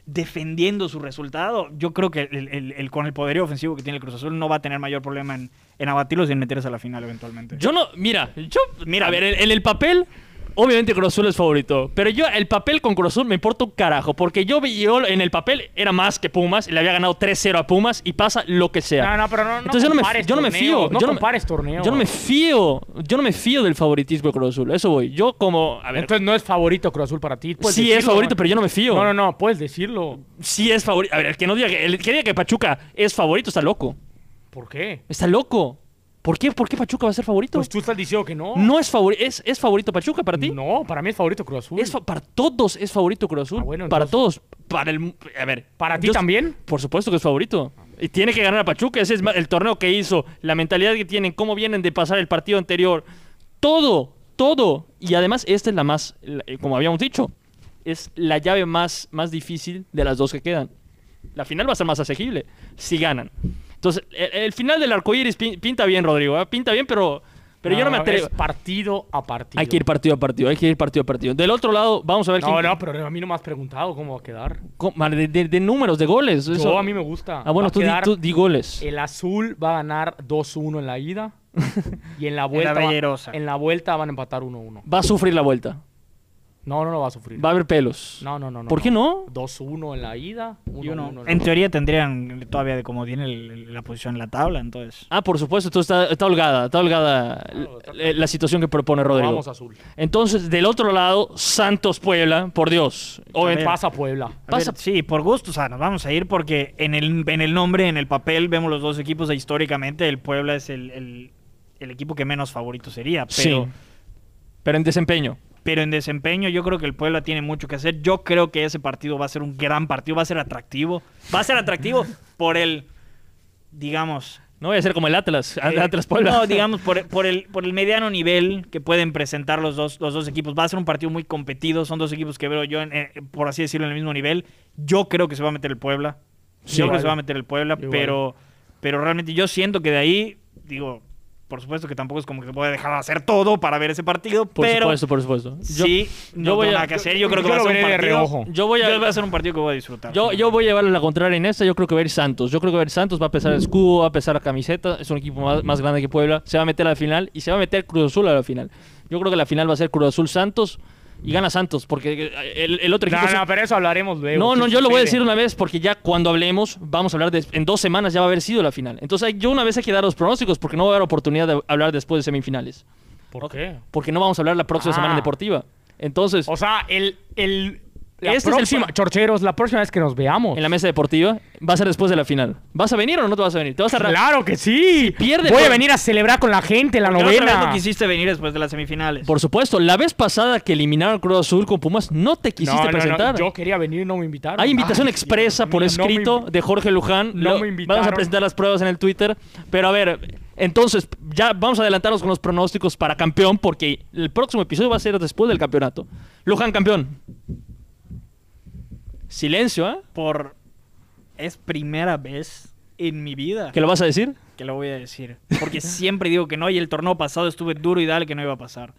Speaker 2: defendiendo su resultado, yo creo que el, el- el- con el poderío ofensivo que tiene el Cruz Azul no va a tener mayor problema en, en abatirlos y en meterse a la final eventualmente.
Speaker 1: Yo no. Mira, yo.
Speaker 2: Mira.
Speaker 1: a ver, en, en el papel. obviamente Cruz Azul es favorito. Pero yo, el papel con Cruz Azul me importa un carajo. Porque yo, vi- yo en el papel era más que Pumas. y Le había ganado 3-0 a Pumas y pasa lo que sea.
Speaker 3: No, no, pero no- no
Speaker 1: Entonces yo no me,
Speaker 3: compares
Speaker 1: yo no me
Speaker 3: torneos,
Speaker 1: fío.
Speaker 3: no
Speaker 1: yo me-
Speaker 3: compares torneos.
Speaker 1: Yo no me fío. Yo no me fío del favoritismo de Cruz Azul. a Eso voy. Yo como... A ver,
Speaker 3: Entonces no es favorito Cruz Azul para ti. Puedes
Speaker 1: sí es
Speaker 3: decirlo,
Speaker 1: favorito,
Speaker 3: ¿no?
Speaker 1: pero yo no me fío.
Speaker 3: No, no, no, puedes decirlo.
Speaker 1: Sí es favorito. A ver, el que, no diga que, el que diga que Pachuca es favorito está loco.
Speaker 3: ¿Por qué?
Speaker 1: Está loco. ¿Por qué, ¿Por qué Pachuca va a ser favorito?
Speaker 3: Pues tú estás diciendo que no.
Speaker 1: No es favorito. Es, es favorito Pachuca para ti.
Speaker 3: No, para mí es favorito Cruz Azul.
Speaker 1: Es fa- para todos es favorito Cruz Azul.
Speaker 3: Ah, bueno,
Speaker 1: para
Speaker 3: entonces-
Speaker 1: todos. Para el. A ver.
Speaker 3: ¿Para ti
Speaker 1: yo-
Speaker 3: también?
Speaker 1: Por supuesto que es favorito. Y tiene que ganar a Pachuca. Ese es ma- el torneo que hizo. La mentalidad que tienen. Cómo vienen de pasar el partido anterior. Todo. Todo. Y además, esta es la más. la- eh, como habíamos dicho. Es la llave más, más difícil de las dos que quedan. La final va a ser más asequible. Si ganan. Entonces, el, el final del arco iris pin- pinta bien, Rodrigo. ¿eh? Pinta bien, pero. Pero yo no me atrevo.
Speaker 3: Es partido a partido.
Speaker 1: Hay que ir partido a partido, hay que ir partido a partido. Del otro lado, vamos a ver
Speaker 3: No,
Speaker 1: quién-
Speaker 3: no, pero a mí no me has preguntado cómo va a quedar.
Speaker 1: cómo- man, de, de- de números, de goles.
Speaker 3: Yo,
Speaker 1: eso.
Speaker 3: a mí me gusta.
Speaker 1: Ah, bueno,
Speaker 3: Va a
Speaker 1: tú, di-
Speaker 3: quedar-
Speaker 1: tú di goles.
Speaker 3: El azul va a ganar 2-1 en la ida. y en la vuelta. va-
Speaker 2: Bellerosa.
Speaker 3: en la vuelta van a empatar 1-1.
Speaker 1: Va a sufrir la vuelta.
Speaker 3: No, no, no va a sufrir.
Speaker 1: Va a haber pelos.
Speaker 3: No, no, no, no.
Speaker 1: ¿Por qué no?
Speaker 3: 2-1 en la ida. 1-1 en la
Speaker 2: En teoría tendrían todavía de como tiene el- el- la posición en la tabla, entonces.
Speaker 1: Ah, por supuesto, tú está, está holgada, está holgada
Speaker 3: Claro,
Speaker 1: la, la situación que propone Rodrigo.
Speaker 3: Vamos azul.
Speaker 1: Entonces, del otro lado, Santos Puebla, por Dios.
Speaker 2: A
Speaker 1: Obviamente,
Speaker 2: ver.
Speaker 3: Pasa Puebla.
Speaker 2: A ver,
Speaker 1: Pasa-
Speaker 2: sí, por gusto, o sea, nos vamos a ir porque en el, en el nombre, en el papel, vemos los dos equipos e históricamente el Puebla es el, el- el equipo que menos favorito sería. Pero,
Speaker 1: sí. Pero en desempeño.
Speaker 2: pero en desempeño yo creo que el Puebla tiene mucho que hacer. Yo creo que ese partido va a ser un gran partido, va a ser atractivo. Va a ser atractivo por el, digamos...
Speaker 1: No voy a ser como el Atlas,
Speaker 2: eh,
Speaker 1: Atlas Puebla.
Speaker 2: No, digamos, por, por el, por el mediano nivel que pueden presentar los dos, los dos equipos. Va a ser un partido muy competido. Son dos equipos que veo yo, en- eh, por así decirlo, en el mismo nivel. Yo creo que se va a meter el Puebla.
Speaker 1: Sí,
Speaker 2: yo creo
Speaker 1: igual.
Speaker 2: que se va a meter el Puebla,
Speaker 3: Igual.
Speaker 2: pero, pero realmente yo siento que de ahí, digo, por supuesto que tampoco es como que se puede dejar de hacer todo para ver ese partido,
Speaker 1: por
Speaker 2: pero
Speaker 1: supuesto, por supuesto. Yo-
Speaker 2: sí, no
Speaker 1: voy
Speaker 2: voy
Speaker 1: a-
Speaker 2: nada que hacer. Yo creo que
Speaker 3: yo
Speaker 2: va a
Speaker 3: lo
Speaker 2: ser un
Speaker 3: veré de
Speaker 2: partido.
Speaker 3: reojo.
Speaker 1: Yo voy a-
Speaker 2: va a ser un partido que voy a disfrutar.
Speaker 1: Yo, yo voy a llevar a la contraria en esta. Yo creo que va a ir Santos. Yo creo que va a ir Santos. Va a pesar el escudo, va a pesar la camiseta. Es un equipo más, más grande que Puebla. Se va a meter a la final y se va a meter Cruz Azul a la final. Yo creo que la final va a ser Cruz Azul Santos y gana Santos porque eh, el, el otro equipo.
Speaker 3: No,
Speaker 1: sí-
Speaker 3: no, pero eso hablaremos luego.
Speaker 1: no,
Speaker 3: sí
Speaker 1: no, yo lo voy a
Speaker 3: sucede.
Speaker 1: decir una vez porque ya cuando hablemos, vamos a hablar de. En dos semanas ya va a haber sido la final. Entonces, hay- yo una vez hay que dar los pronósticos porque no va a haber oportunidad de hablar después de semifinales.
Speaker 3: ¿Por qué?
Speaker 1: Porque no vamos a hablar la próxima
Speaker 3: Ah.
Speaker 1: semana en deportiva. Entonces,
Speaker 3: O sea, el. el la
Speaker 1: Este es el
Speaker 3: próxima,
Speaker 1: pa-
Speaker 3: chorcheros, la próxima vez que nos veamos.
Speaker 1: en la mesa deportiva, va a ser después de la final. ¿Vas a venir o no te vas a venir? ¿Te vas a ra-
Speaker 3: Claro que sí.
Speaker 1: pierde,
Speaker 3: Voy a
Speaker 1: pues-
Speaker 3: venir a celebrar con la gente la
Speaker 2: Yo no sabía
Speaker 3: novena.
Speaker 2: no quisiste venir después de las semifinales.
Speaker 1: Por supuesto, la vez pasada que eliminaron Cruz Azul con Pumas, no te
Speaker 3: No,
Speaker 1: quisiste
Speaker 3: no, no,
Speaker 1: presentar.
Speaker 3: yo quería venir y no me invitaron.
Speaker 1: Hay invitación
Speaker 3: Ay,
Speaker 1: expresa
Speaker 3: Dios
Speaker 1: por
Speaker 3: mío, no me
Speaker 1: escrito
Speaker 3: invi-
Speaker 1: de Jorge Luján.
Speaker 3: no me invitaron.
Speaker 1: Vamos a presentar las pruebas en el Twitter. Pero a ver, entonces, ya vamos a adelantarnos con los pronósticos para campeón, porque el próximo episodio va a ser después del campeonato. Luján, campeón. Silencio, ¿eh?
Speaker 2: por es primera vez en mi vida
Speaker 1: ¿Qué lo vas a decir?
Speaker 2: que lo voy a decir, porque siempre digo que no y el torneo pasado estuve duro y dale que no iba a pasar.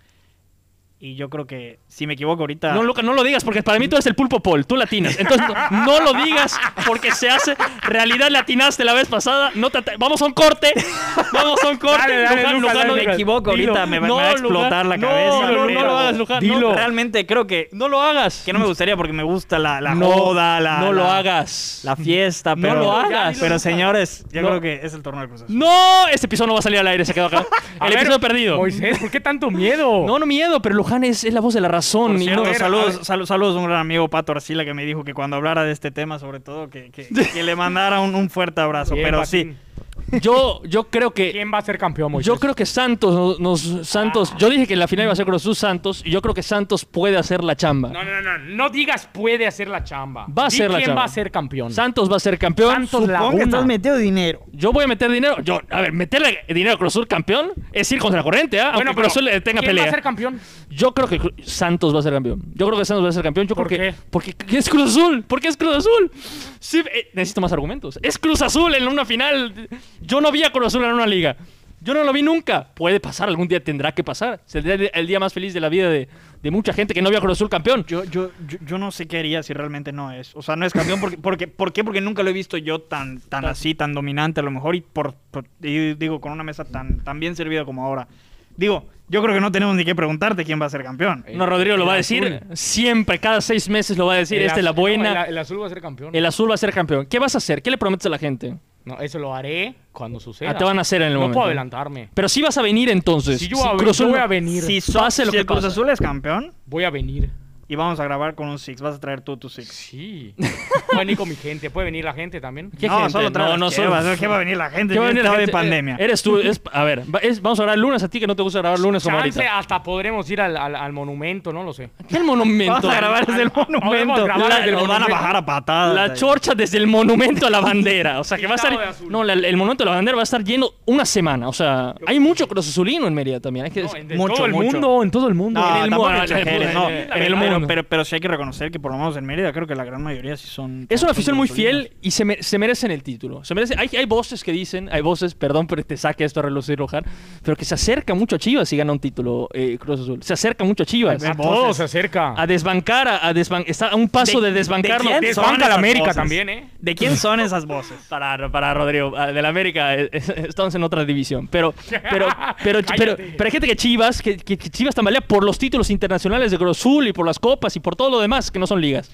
Speaker 2: Y yo creo que si me equivoco
Speaker 3: Ah.
Speaker 2: ahorita
Speaker 1: No, Luca, no lo digas porque para mí tú eres el pulpo Paul, tú latinas. Entonces, no, no lo digas porque se hace realidad. Latinaste la vez pasada. No te ate- vamos a un corte. Vamos a un corte.
Speaker 3: Dale, dale,
Speaker 1: Luján,
Speaker 3: Luca,
Speaker 1: Luján,
Speaker 3: dale,
Speaker 1: no-
Speaker 2: me
Speaker 3: Luca.
Speaker 2: equivoco
Speaker 1: Dilo.
Speaker 2: ahorita me, va- me va a
Speaker 1: No,
Speaker 2: explotar
Speaker 1: Luján,
Speaker 2: la
Speaker 1: no,
Speaker 2: cabeza.
Speaker 1: no, no
Speaker 2: pero
Speaker 1: lo hagas, Luján, no.
Speaker 2: Dilo. Realmente creo que
Speaker 1: No lo hagas.
Speaker 2: que no me gustaría porque me gusta la la
Speaker 1: No,
Speaker 2: joda, la
Speaker 1: no lo
Speaker 2: la-
Speaker 1: hagas.
Speaker 2: la fiesta,
Speaker 1: No
Speaker 2: pero
Speaker 1: lo hagas.
Speaker 2: Pero señores, yo
Speaker 1: No.
Speaker 2: creo que es el torneo de Cruz Azul.
Speaker 1: No, este episodio no va a salir al aire, se quedó acá.
Speaker 3: A
Speaker 1: El
Speaker 3: ver,
Speaker 1: episodio perdido.
Speaker 3: Moisés, ¿por qué tanto miedo?
Speaker 1: No, no miedo, pero Luján es, es la voz de la razón.
Speaker 2: Por
Speaker 1: y
Speaker 2: cierto,
Speaker 1: no-
Speaker 3: a ver,
Speaker 2: saludos,
Speaker 3: a ver.
Speaker 2: salu- saludos a un gran amigo Pato Arcila que me dijo que cuando hablara de este tema, sobre todo, que, que- que le mandara un, un fuerte abrazo.
Speaker 3: Bien,
Speaker 2: pero sí,
Speaker 3: Joaquín.
Speaker 1: yo, yo creo que
Speaker 3: ¿Quién va a ser campeón, Moisés?
Speaker 1: Yo creo que Santos no- nos Santos, yo dije que la final iba a ser Cruz Azul Santos y yo creo que Santos puede hacer la chamba.
Speaker 3: No, no, no, no. No digas puede hacer la chamba.
Speaker 1: Va a
Speaker 3: Di
Speaker 1: ser la
Speaker 3: quién
Speaker 1: chamba.
Speaker 3: va a ser campeón.
Speaker 1: Santos va a ser campeón.
Speaker 3: Santos la
Speaker 1: Supongo que
Speaker 3: una.
Speaker 1: estás met-
Speaker 2: metido dinero.
Speaker 1: Yo voy a meter dinero. Yo, a ver, meterle dinero a Cruz Azul campeón es ir contra la corriente, ¿ah? Aunque Cruz Azul le tenga
Speaker 3: ¿quién va a ser
Speaker 1: pelea.
Speaker 3: campeón?
Speaker 1: Yo creo que Cru- Santos va a ser campeón. Yo creo que Santos va a ser campeón. Yo
Speaker 3: ¿Por
Speaker 1: creo que
Speaker 3: qué?
Speaker 1: porque es Cruz Azul, porque es Cruz Azul. Sí, eh, necesito más argumentos. Es Cruz Azul en una final. Yo no vi a Cruz Azul en una liga. Yo no lo vi nunca. Puede pasar, algún día tendrá que pasar. Es el día, el día más feliz de la vida de, de mucha gente que no vio a Cruz Azul campeón.
Speaker 2: Yo, yo, yo, yo no sé qué haría si realmente no es. O sea, no es campeón. Porque, porque, ¿Por qué? Porque nunca lo he visto yo tan, tan así, tan dominante a lo mejor. Y, por, por- y digo, con una mesa tan, tan bien servida como ahora. Digo, yo creo que no tenemos ni que preguntarte quién va a ser campeón.
Speaker 1: No, Rodrigo lo
Speaker 3: El
Speaker 1: va a
Speaker 3: azul.
Speaker 1: decir siempre, cada seis meses lo va a decir.
Speaker 3: El
Speaker 1: Esta es este, la
Speaker 3: azul-
Speaker 1: buena.
Speaker 3: no, el, el azul va a ser campeón.
Speaker 1: El azul va a ser campeón. ¿Qué vas a hacer? ¿Qué le prometes a la gente?
Speaker 3: No, eso lo haré cuando suceda.
Speaker 1: Ah, te van a hacer en el
Speaker 3: no
Speaker 1: momento.
Speaker 3: puedo adelantarme.
Speaker 1: Pero sí vas a venir entonces.
Speaker 3: Si yo,
Speaker 1: Si
Speaker 3: a-
Speaker 1: Cruz
Speaker 3: yo
Speaker 1: Azul-
Speaker 3: voy a venir,
Speaker 2: Si, so-
Speaker 1: Pase lo
Speaker 2: si
Speaker 1: que
Speaker 2: el Cruz
Speaker 1: pase.
Speaker 2: Azul es campeón
Speaker 3: voy a venir.
Speaker 2: y vamos a grabar con un Six, vas a traer tú tu Six.
Speaker 3: Sí. Voy a venir con mi gente. Puede venir la gente también.
Speaker 1: ¿Qué
Speaker 2: no,
Speaker 1: gente?
Speaker 2: solo trae
Speaker 1: No,
Speaker 2: las
Speaker 1: no, solo-
Speaker 2: chevas, es que va a venir la gente?
Speaker 1: ¿Qué va a venir la
Speaker 2: estaba de
Speaker 1: gente?
Speaker 2: pandemia.
Speaker 1: Eh, Eres tú. es- a ver, va- es- vamos a grabar lunes a ti que no te gusta grabar lunes como
Speaker 3: Chance,
Speaker 1: ahorita.
Speaker 3: hasta podremos ir al, al- al monumento, no lo sé.
Speaker 1: ¿Qué el monumento?
Speaker 2: Vamos a grabar desde el
Speaker 3: vamos a
Speaker 2: monumento.
Speaker 3: grabar
Speaker 2: La-
Speaker 3: desde el
Speaker 2: nos van a
Speaker 3: monumento.
Speaker 2: bajar a patadas. eh.
Speaker 1: La
Speaker 2: ahí.
Speaker 1: chorcha desde el monumento a la bandera. O sea, que va a
Speaker 3: Pintado
Speaker 1: estar.
Speaker 3: de azul.
Speaker 1: No, la- el monumento a la bandera va a estar lleno una semana. O sea, hay mucho cruz azulino en Mérida también. Hay que
Speaker 3: No,
Speaker 1: decir-
Speaker 3: en de
Speaker 2: mucho,
Speaker 3: todo el
Speaker 2: mucho.
Speaker 3: mundo, en todo el mundo.
Speaker 2: No,
Speaker 1: en el
Speaker 2: tampoco
Speaker 1: mundo,
Speaker 2: exageres,
Speaker 1: en-
Speaker 2: no,
Speaker 1: en-
Speaker 2: en
Speaker 1: en
Speaker 2: el
Speaker 1: el
Speaker 2: mundo.
Speaker 1: mundo.
Speaker 2: Pero, pero sí hay que reconocer que por lo menos en Mérida creo que la gran mayoría sí son...
Speaker 1: Es una
Speaker 2: son
Speaker 1: afición muy
Speaker 2: rosarinos.
Speaker 1: fiel y se, me- se merecen el título. Se merece, hay, hay voces que dicen, hay voces, perdón, pero te saque esto a relucir, Rojar, pero que se acerca mucho a Chivas si gana un título eh, Cruz Azul. Se acerca mucho a Chivas.
Speaker 2: Ay,
Speaker 3: a
Speaker 2: ve-
Speaker 1: A,
Speaker 3: todos
Speaker 2: voces.
Speaker 3: se acerca.
Speaker 1: desbancar, a, a desban- está a un paso de,
Speaker 2: ¿De-
Speaker 1: desbancarlo.
Speaker 2: de quién son
Speaker 3: Desbanca la
Speaker 2: esas
Speaker 3: América
Speaker 2: voces?
Speaker 3: también, ¿eh?
Speaker 2: ¿De quién son esas voces?
Speaker 1: Para, para Rodrigo, ah, del América, eh, eh, estamos en otra división. Pero, pero, pero, pero,
Speaker 3: Cállate.
Speaker 1: pero hay gente que Chivas, que, que- que Chivas tambalea por los títulos internacionales de Cruz Azul y por las copas y por todo lo demás que no son ligas.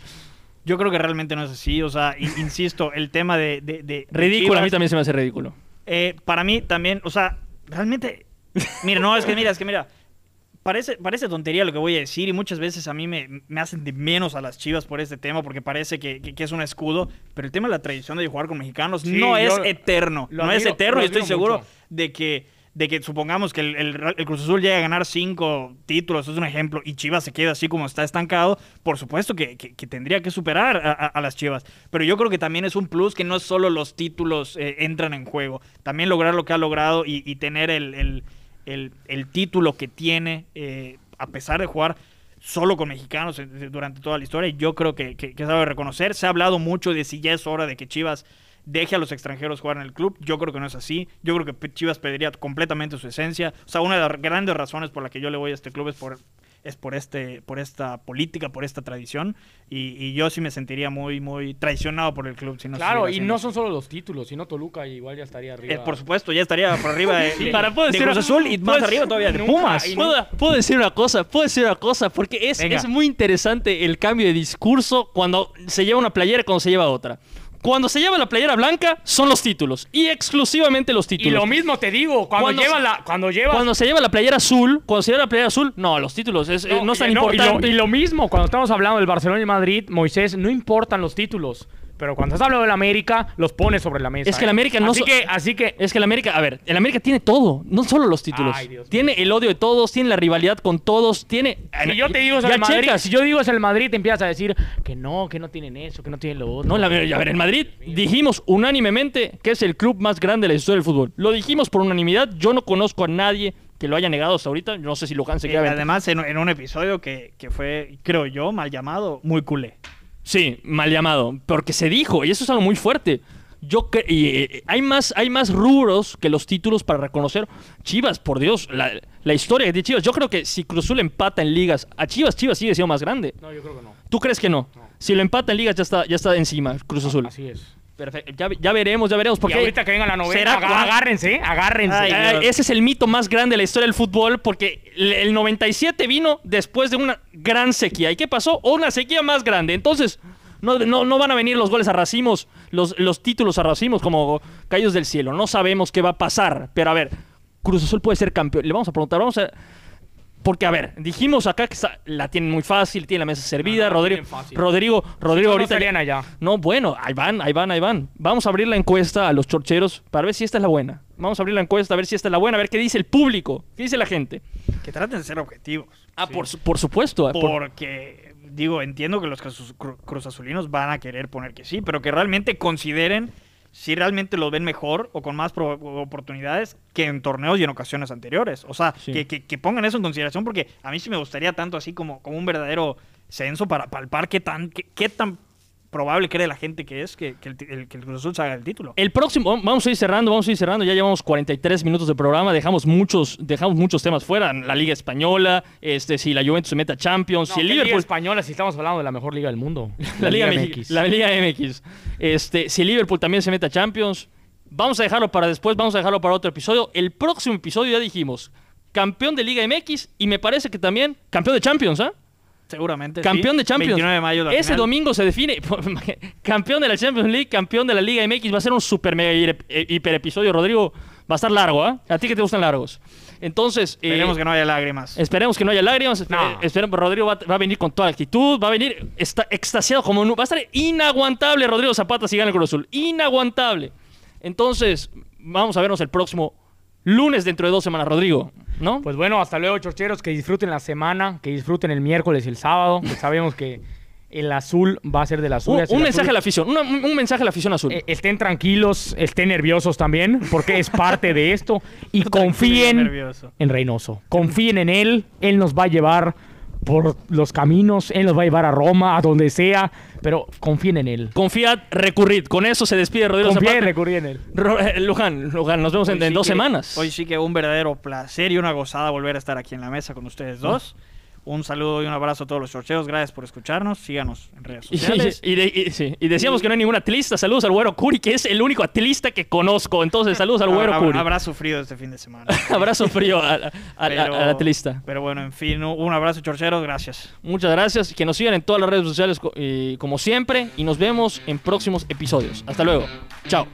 Speaker 2: Yo creo que realmente no es así. O sea, in- insisto, el tema de... de, de-
Speaker 1: Ridículo, a mí
Speaker 2: Chivas,
Speaker 1: también se me hace ridículo.
Speaker 2: eh, para mí también, o sea, realmente... Mira, no, es que mira, es que mira. Parece, parece tontería lo que voy a decir y muchas veces a mí me, me hacen de menos a las chivas por este tema porque parece que, que- que es un escudo, pero el tema de la tradición de jugar con mexicanos
Speaker 3: Sí,
Speaker 2: no es
Speaker 3: yo
Speaker 2: eterno,
Speaker 3: lo
Speaker 2: no es
Speaker 3: admiro-
Speaker 2: eterno
Speaker 3: lo
Speaker 2: y estoy
Speaker 3: admiro
Speaker 2: seguro
Speaker 3: mucho.
Speaker 2: de que, de que supongamos que el, el- el Cruz Azul llega a ganar cinco títulos, es un ejemplo, y Chivas se queda así como está estancado, por supuesto que, que- que tendría que superar a, a- a las Chivas. Pero yo creo que también es un plus que no solo los títulos eh, entran en juego, también lograr lo que ha logrado y, y tener el, el- el- el título que tiene eh, a pesar de jugar solo con mexicanos eh, durante toda la historia, y yo creo que, que, que sabe reconocer. Se ha hablado mucho de si ya es hora de que Chivas deje a los extranjeros jugar en el club. Yo creo que no es así. Yo creo que P- Chivas perdería completamente su esencia. O sea, una de las grandes razones por la que yo le voy a este club es por es por este por esta política, por esta tradición y, y yo sí me sentiría muy muy traicionado por el club si no
Speaker 3: Claro, y
Speaker 2: siguiera siendo
Speaker 3: no son solo los títulos, sino Toluca igual ya estaría
Speaker 2: así. Eh,
Speaker 3: arriba.
Speaker 2: por supuesto, ya estaría por arriba de, de-
Speaker 1: Para, ¿puedo
Speaker 2: de
Speaker 1: decir-
Speaker 2: Cruz Azul y más
Speaker 1: puedo-
Speaker 2: arriba todavía de
Speaker 3: Pues, nunca-
Speaker 2: Pumas.
Speaker 3: y
Speaker 1: ¿Puedo, puedo decir una cosa, puedo decir una cosa, porque es,
Speaker 2: Venga.
Speaker 1: es muy interesante el cambio de discurso cuando se lleva una playera y cuando se lleva otra. Cuando se lleva la playera blanca, son los títulos, y exclusivamente los
Speaker 3: Y
Speaker 1: títulos.
Speaker 3: lo mismo te digo, cuando,
Speaker 1: Cuando
Speaker 3: lleva
Speaker 1: se-
Speaker 3: la, cuando lleva
Speaker 1: cuando se lleva la playera azul, cuando se lleva la playera azul, no, los títulos, es, eh, no, es tan
Speaker 3: y y lo-
Speaker 1: importante.
Speaker 3: Y lo, mismo, cuando estamos hablando del Barcelona y Madrid, Moisés, no importan los títulos. Pero cuando estás hablando del América, los pones sobre la mesa.
Speaker 1: Es que el
Speaker 3: ¿eh?
Speaker 1: América no
Speaker 3: Así
Speaker 1: so-
Speaker 3: que, así que.
Speaker 1: Es que el América, a ver, el América tiene todo, no solo los títulos.
Speaker 3: Ay, Dios mío.
Speaker 1: tiene el odio de todos, tiene la rivalidad con todos, tiene.
Speaker 3: Si yo te digo es el
Speaker 1: Ya
Speaker 3: Madrid,
Speaker 1: checas.
Speaker 3: si yo digo es el Madrid, te empiezas a decir que no, que no tienen eso, que no tienen lo otro.
Speaker 1: No, la, a ver, en Madrid dijimos unánimemente que es el club más grande de la historia del fútbol. Lo dijimos por unanimidad. Yo no conozco a nadie que lo haya negado hasta ahorita. No sé si Luján se
Speaker 2: Eh,
Speaker 1: queda. ventaja.
Speaker 2: además en, en un episodio que, que fue, creo yo, mal llamado, muy culé.
Speaker 1: Sí, mal llamado. Porque se dijo, y eso es algo muy fuerte. Yo cre- y, eh, hay más hay más rubros que los títulos para reconocer Chivas, por Dios, la, la historia que tiene Chivas. Yo creo que si Cruz Azul empata en ligas a Chivas, Chivas sigue siendo más grande.
Speaker 3: No, yo creo que no.
Speaker 1: ¿Tú crees que no? Si lo empata en ligas ya está ya está encima Cruz Azul.
Speaker 3: Así es.
Speaker 1: Perfecto. Ya, ya veremos, ya veremos
Speaker 3: Y
Speaker 1: porque
Speaker 3: ahorita que venga la novela,
Speaker 1: será
Speaker 3: aga- agárrense, agárrense.
Speaker 2: Ay,
Speaker 1: Eh,
Speaker 2: Dios.
Speaker 1: ese es el mito más grande de la historia del fútbol porque el- el 97 vino después de una gran sequía. ¿Y qué pasó? Una sequía más grande. Entonces, no, no- no van a venir los goles a racimos, los, los títulos a racimos como caídos del cielo. No sabemos qué va a pasar. Pero a ver, Cruz Azul puede ser campeón. Le vamos a preguntar, vamos a... Porque, a ver, dijimos acá que está- la tienen muy fácil, tiene la mesa servida.
Speaker 3: Ah, No, no, la
Speaker 1: Rodrigo,
Speaker 3: tienen fácil.
Speaker 1: Rodrigo, Rodrigo,
Speaker 3: No
Speaker 1: ahorita.
Speaker 3: salían allá.
Speaker 1: No, bueno, ahí van, ahí van, ahí van. Vamos a abrir la encuesta a los chorcheros para ver si esta es la buena. Vamos a abrir la encuesta a ver si esta es la buena, a ver qué dice el público, qué dice la gente.
Speaker 2: Que traten de ser objetivos.
Speaker 1: Ah, por, su- por supuesto. ah, por-
Speaker 2: Porque, digo, entiendo que los cruzazu- cru- cruzazulinos van a querer poner que sí, pero que realmente consideren si realmente lo ven mejor o con más pro- oportunidades que en torneos y en ocasiones anteriores. O sea,
Speaker 1: Sí.
Speaker 2: que, que- que pongan eso en consideración porque a mí sí me gustaría tanto así como, como un verdadero censo para palpar qué tan, qué, qué tan probable cree la gente que es que, que el, ti- el- que el Cruz Azul se haga el título.
Speaker 1: El próximo, vamos a ir cerrando, vamos a ir cerrando. Ya llevamos 43 minutos de programa, dejamos muchos, dejamos muchos temas fuera. La Liga Española, este, si la Juventus se mete a Champions,
Speaker 3: No,
Speaker 1: si el
Speaker 3: ¿qué liga
Speaker 1: Liverpool.
Speaker 3: española si estamos hablando de la mejor liga del mundo.
Speaker 1: la Liga,
Speaker 3: MX.
Speaker 1: MX. La Liga MX. Este, si Liverpool también se mete a Champions, vamos a dejarlo para después, vamos a dejarlo para otro episodio. El próximo episodio ya dijimos campeón de Liga MX y me parece que también campeón de Champions, ¿ah?
Speaker 2: Seguramente.
Speaker 1: Campeón
Speaker 2: sí.
Speaker 1: de Champions.
Speaker 2: 29 de mayo. la
Speaker 1: Ese
Speaker 2: final.
Speaker 1: domingo se define. campeón de la Champions League, campeón de la Liga MX. Va a ser un super mega hire- eh, hiper episodio, Rodrigo. Va a estar largo, ¿ah? A ti que te gustan largos. Entonces. eh,
Speaker 2: Esperemos que no haya lágrimas.
Speaker 1: Esperemos que no haya lágrimas. espe-
Speaker 2: No.
Speaker 1: Esperemos, Rodrigo va, va a venir con toda actitud. Va a venir está extasiado como nu- Va a estar inaguantable Rodrigo Zapata si gana el Cruz Azul. Inaguantable. Entonces, vamos a vernos el próximo lunes dentro de dos semanas, Rodrigo. ¿No?
Speaker 3: Pues bueno, hasta luego, chorcheros. Que disfruten la semana, que disfruten el miércoles y el sábado. Que sabemos que el azul va a ser de las
Speaker 1: un,
Speaker 3: suyas.
Speaker 1: un
Speaker 3: El
Speaker 1: mensaje a
Speaker 3: azul-
Speaker 1: la afición. una- un, un mensaje a la afición azul.
Speaker 3: Eh, estén tranquilos, estén nerviosos también, porque es parte de esto. Y confíen
Speaker 2: nervioso.
Speaker 3: en Reynoso. Confíen en él. Él nos va a llevar por los caminos. Él nos va a llevar a Roma, a donde sea. Pero confíen en él.
Speaker 1: Confiad, recurrid. Con eso se despide Rodrigo
Speaker 3: Confíen y
Speaker 1: Zapata.
Speaker 3: recurren en él.
Speaker 1: Ro- eh, Luján, Luján, nos vemos en,
Speaker 2: Hoy
Speaker 1: en
Speaker 2: sí
Speaker 1: dos
Speaker 2: que-
Speaker 1: semanas.
Speaker 2: Hoy sí que un verdadero placer y una gozada volver a estar aquí en la mesa con ustedes
Speaker 1: Ah.
Speaker 2: dos. Un saludo y un abrazo a todos los chorcheos. Gracias por escucharnos. Síganos en redes
Speaker 1: Y,
Speaker 2: sociales.
Speaker 1: y- y de- y- sí, y decíamos que no hay ningún atlista. Saludos al güero Curi, que es el único atlista que conozco. Entonces, saludos al güero
Speaker 2: Habrá-
Speaker 1: Curi.
Speaker 2: Habrá sufrido este fin de semana.
Speaker 1: Abrazo frío al, al-
Speaker 2: Pero-
Speaker 1: al atlista.
Speaker 2: Pero bueno, en fin, un- un abrazo, chorcheros. Gracias.
Speaker 1: Muchas gracias. Que nos sigan en todas las redes sociales co- eh, como siempre. Y nos vemos en próximos episodios. Hasta luego. Chao.